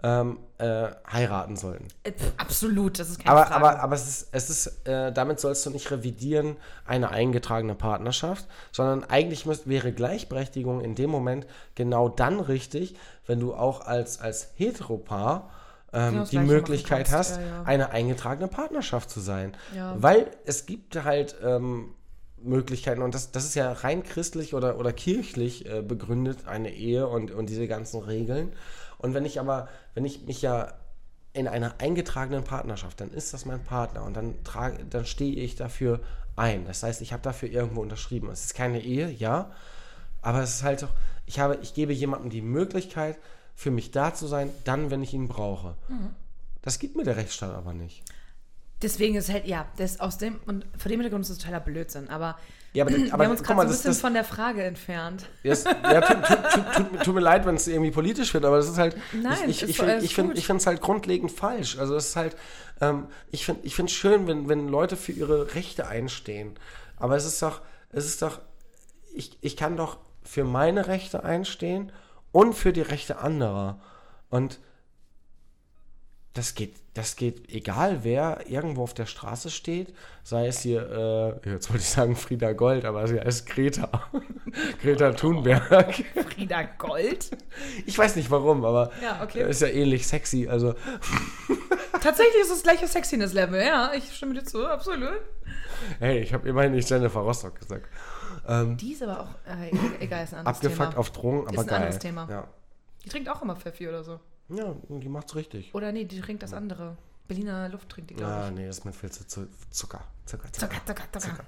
ähm, äh, heiraten sollten. Äh, pf, Absolut, das ist keine Aber, Frage. aber, aber es ist, es ist äh, damit sollst du nicht revidieren, eine eingetragene Partnerschaft, sondern eigentlich müsst, wäre Gleichberechtigung in dem Moment genau dann richtig, wenn du auch als, als Heteropaar Genau ähm, das die Gleiche machen Möglichkeit kannst, hast, ja, ja. eine eingetragene Partnerschaft zu sein. Ja. Weil es gibt halt ähm, Möglichkeiten und das, das ist ja rein christlich oder, oder kirchlich äh, begründet, eine Ehe und, und diese ganzen Regeln. Und wenn ich aber, wenn ich mich ja in einer eingetragenen Partnerschaft, dann ist das mein Partner und dann, trage, dann stehe ich dafür ein. Das heißt, ich habe dafür irgendwo unterschrieben. Es ist keine Ehe, ja, aber es ist halt doch, ich, habe, ich gebe jemandem die Möglichkeit, für mich da zu sein, dann, wenn ich ihn brauche. Das gibt mir der Rechtsstaat aber nicht. Deswegen ist halt, ja, das aus dem, und vor dem Hintergrund ist das totaler Blödsinn, aber, Ja, aber, wir haben uns gerade so ein bisschen von der Frage entfernt. Das, ja, tut, tut, tut, tut, mir- tut mir leid, wenn es irgendwie politisch wird, aber das ist halt. Nein, ich, ich, ist ich so- finde alles ich find, gut. ich find's halt grundlegend falsch. Also es ist halt, ähm, ich finde ich find's schön, wenn, wenn Leute für ihre Rechte einstehen. Aber es ist doch, es ist doch, ich, ich kann doch für meine Rechte einstehen und für die Rechte anderer. Und das geht, das geht, egal wer irgendwo auf der Straße steht, sei es hier, äh, jetzt wollte ich sagen Frieda Gold, aber sie heißt Greta. Greta Thunberg. Frieda Gold? Ich weiß nicht warum, aber Ja, okay. ist ja ähnlich sexy. Also, Tatsächlich ist das gleiche Sexiness-Level, ja, ich stimme dir zu, absolut. hey, ich habe immerhin nicht Jennifer Rostock gesagt. Die ist aber auch, äh, e- egal, ist ein anderes Abgefuckt Thema. auf Drogen, aber ein geil. anderes Thema. Ja. Die trinkt auch immer Pfeffi oder so. ja, die macht's richtig. Oder nee, die trinkt das andere. Berliner Luft trinkt die, Ah, glaube nee, das ist mir viel zu zu- Zucker. Zucker, Zucker. ich. Zucker, zucker, zucker.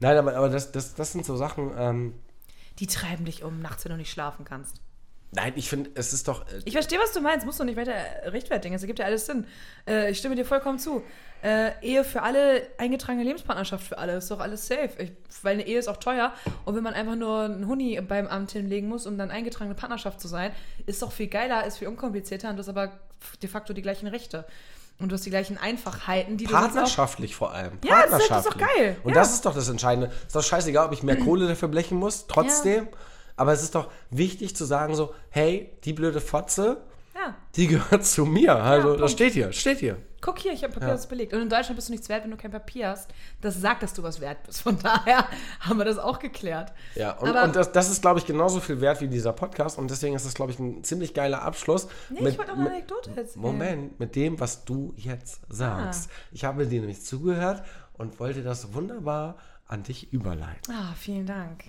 Nein, aber, aber das, das, das sind so Sachen. Ähm, Die treiben dich um, nachts, wenn du nicht schlafen kannst. nein, ich finde, es ist doch. Äh, Ich verstehe, was du meinst. Musst du nicht weiter rechtfertigen. Es ergibt ja alles Sinn. Äh, ich stimme dir vollkommen zu. Äh, Ehe für alle, eingetragene Lebenspartnerschaft für alle. Ist doch alles safe. Ich, weil eine Ehe ist auch teuer. Und wenn man einfach nur einen Huni beim Amt hinlegen muss, um dann eingetragene Partnerschaft zu sein, ist doch viel geiler, ist viel unkomplizierter und du hast aber de facto die gleichen Rechte. Und du hast die gleichen Einfachheiten, die du sonst auch... Partnerschaftlich vor allem. Ja, das ist- das ist doch Partnerschaftlich. geil. Und Ja. das ist doch das Entscheidende. Ist doch scheißegal, ob ich mehr Kohle dafür blechen muss, trotzdem. Aber es ist doch wichtig zu sagen so, hey, die blöde Fotze, Ja, die gehört zu mir. Also, Punkt. das steht hier, steht hier. guck hier, ich habe Papier, das ist belegt. Und in Deutschland bist du nichts wert, wenn du kein Papier hast. Das sagt, dass du was wert bist. Von daher haben wir das auch geklärt. Ja, und, Aber- und das, das ist, glaube ich, genauso viel wert wie dieser Podcast. Und deswegen ist das, glaube ich, ein ziemlich geiler Abschluss. Nee, ich wollte auch eine Anekdote erzählen. Ah. Moment, mit dem, was du jetzt sagst. Ich habe dir nämlich zugehört und wollte das wunderbar an dich überleiten. Ah, vielen Dank.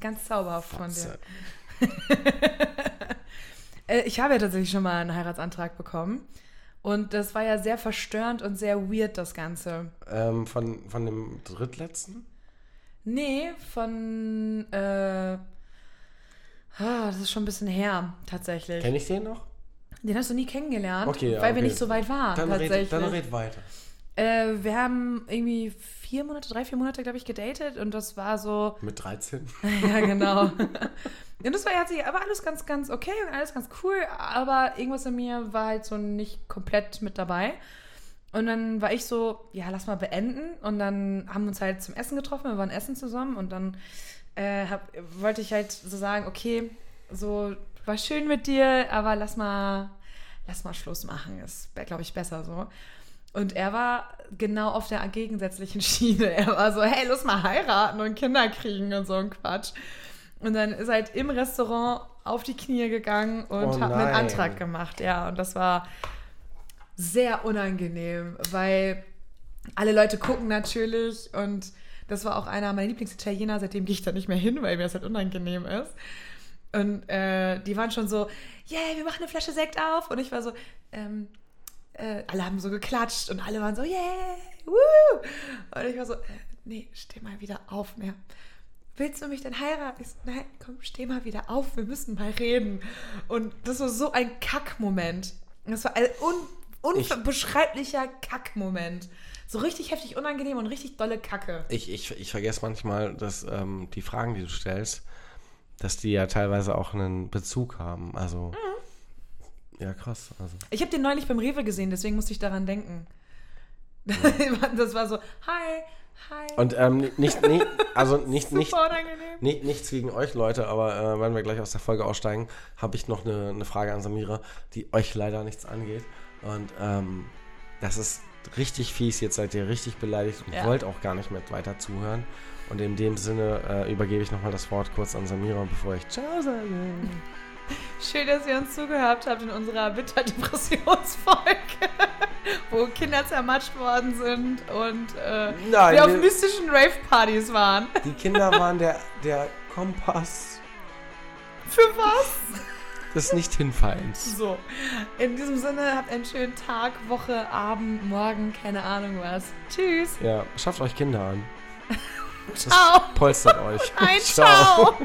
Ganz zauberhaft von dir. Äh, ich habe ja tatsächlich schon mal einen Heiratsantrag bekommen. Und das war ja sehr verstörend und sehr weird, das Ganze. Ähm, von, von dem drittletzten? Nee, von. Äh, ah, das ist schon ein bisschen her, tatsächlich. Kenne ich den noch? Den hast du nie kennengelernt, Okay, ja, weil wir okay. nicht so weit waren, Dann tatsächlich. red, dann red weiter. äh, wir haben irgendwie vier Monate, drei, vier Monate, glaube ich, gedatet. Und das war so. Mit 13? Ja, genau. Und das war ja sich aber alles ganz, ganz okay und alles ganz cool, aber irgendwas in mir war halt so nicht komplett mit dabei. Und dann war ich so, ja, lass mal beenden. Und dann haben wir uns halt zum Essen getroffen, wir waren essen zusammen und dann äh, hab, wollte ich halt so sagen, okay, so war schön mit dir, aber lass mal, lass mal Schluss machen. Ist, glaube ich, besser so. Und er war genau auf der gegensätzlichen Schiene. Er war so, hey, lass mal heiraten und Kinder kriegen und so ein Quatsch. Und dann ist er halt im Restaurant auf die Knie gegangen und Oh hat mir einen nein. Antrag gemacht. Ja, und das war sehr unangenehm, weil alle Leute gucken natürlich und das war auch einer meiner Lieblingsitaliener, seitdem gehe ich da nicht mehr hin, weil mir das halt unangenehm ist. Und äh, die waren schon so, yay, wir machen eine Flasche Sekt auf. Und ich war so, ähm, äh, alle haben so geklatscht und alle waren so, yeah, woo. Und ich war so, äh, nee, steh mal wieder auf, ne? Willst du mich denn heiraten? Ich so, nein, komm, steh mal wieder auf, wir müssen mal reden. Und das war so ein Kackmoment. Das war ein un Ich- unbeschreiblicher Kackmoment. So richtig heftig unangenehm und richtig dolle Kacke. Ich, ich, ich vergesse manchmal, dass ähm, die Fragen, die du stellst, dass die ja teilweise auch einen Bezug haben. Also. Ja, krass. Also. Ich habe den neulich beim Rewe gesehen, deswegen musste ich daran denken. Das war so, hi, hi, Und ähm, nicht, nee, also nicht, nicht, super unangenehm. Nee, nichts gegen euch, Leute, aber äh, wenn wir gleich aus der Folge aussteigen, habe ich noch eine, eine Frage an Samira, die euch leider nichts angeht. Und ähm, das ist richtig fies, jetzt seid ihr richtig beleidigt und Ja. wollt auch gar nicht mehr weiter zuhören. Und in dem Sinne äh, übergebe ich nochmal das Wort kurz an Samira, bevor ich Ciao sage. Schön, dass ihr uns zugehört habt in unserer Bitterdepressionsfolge, wo Kinder zermatscht worden sind und äh, Nein, wir auf wir- mystischen Rave-Partys waren. Die Kinder waren der, der Kompass Für was? des Nicht-Hinfallens. So, in diesem Sinne, habt einen schönen Tag, Woche, Abend, Morgen, keine Ahnung was. Tschüss, Ja, schafft euch Kinder an. ciao, Polstert euch. ein Ciao.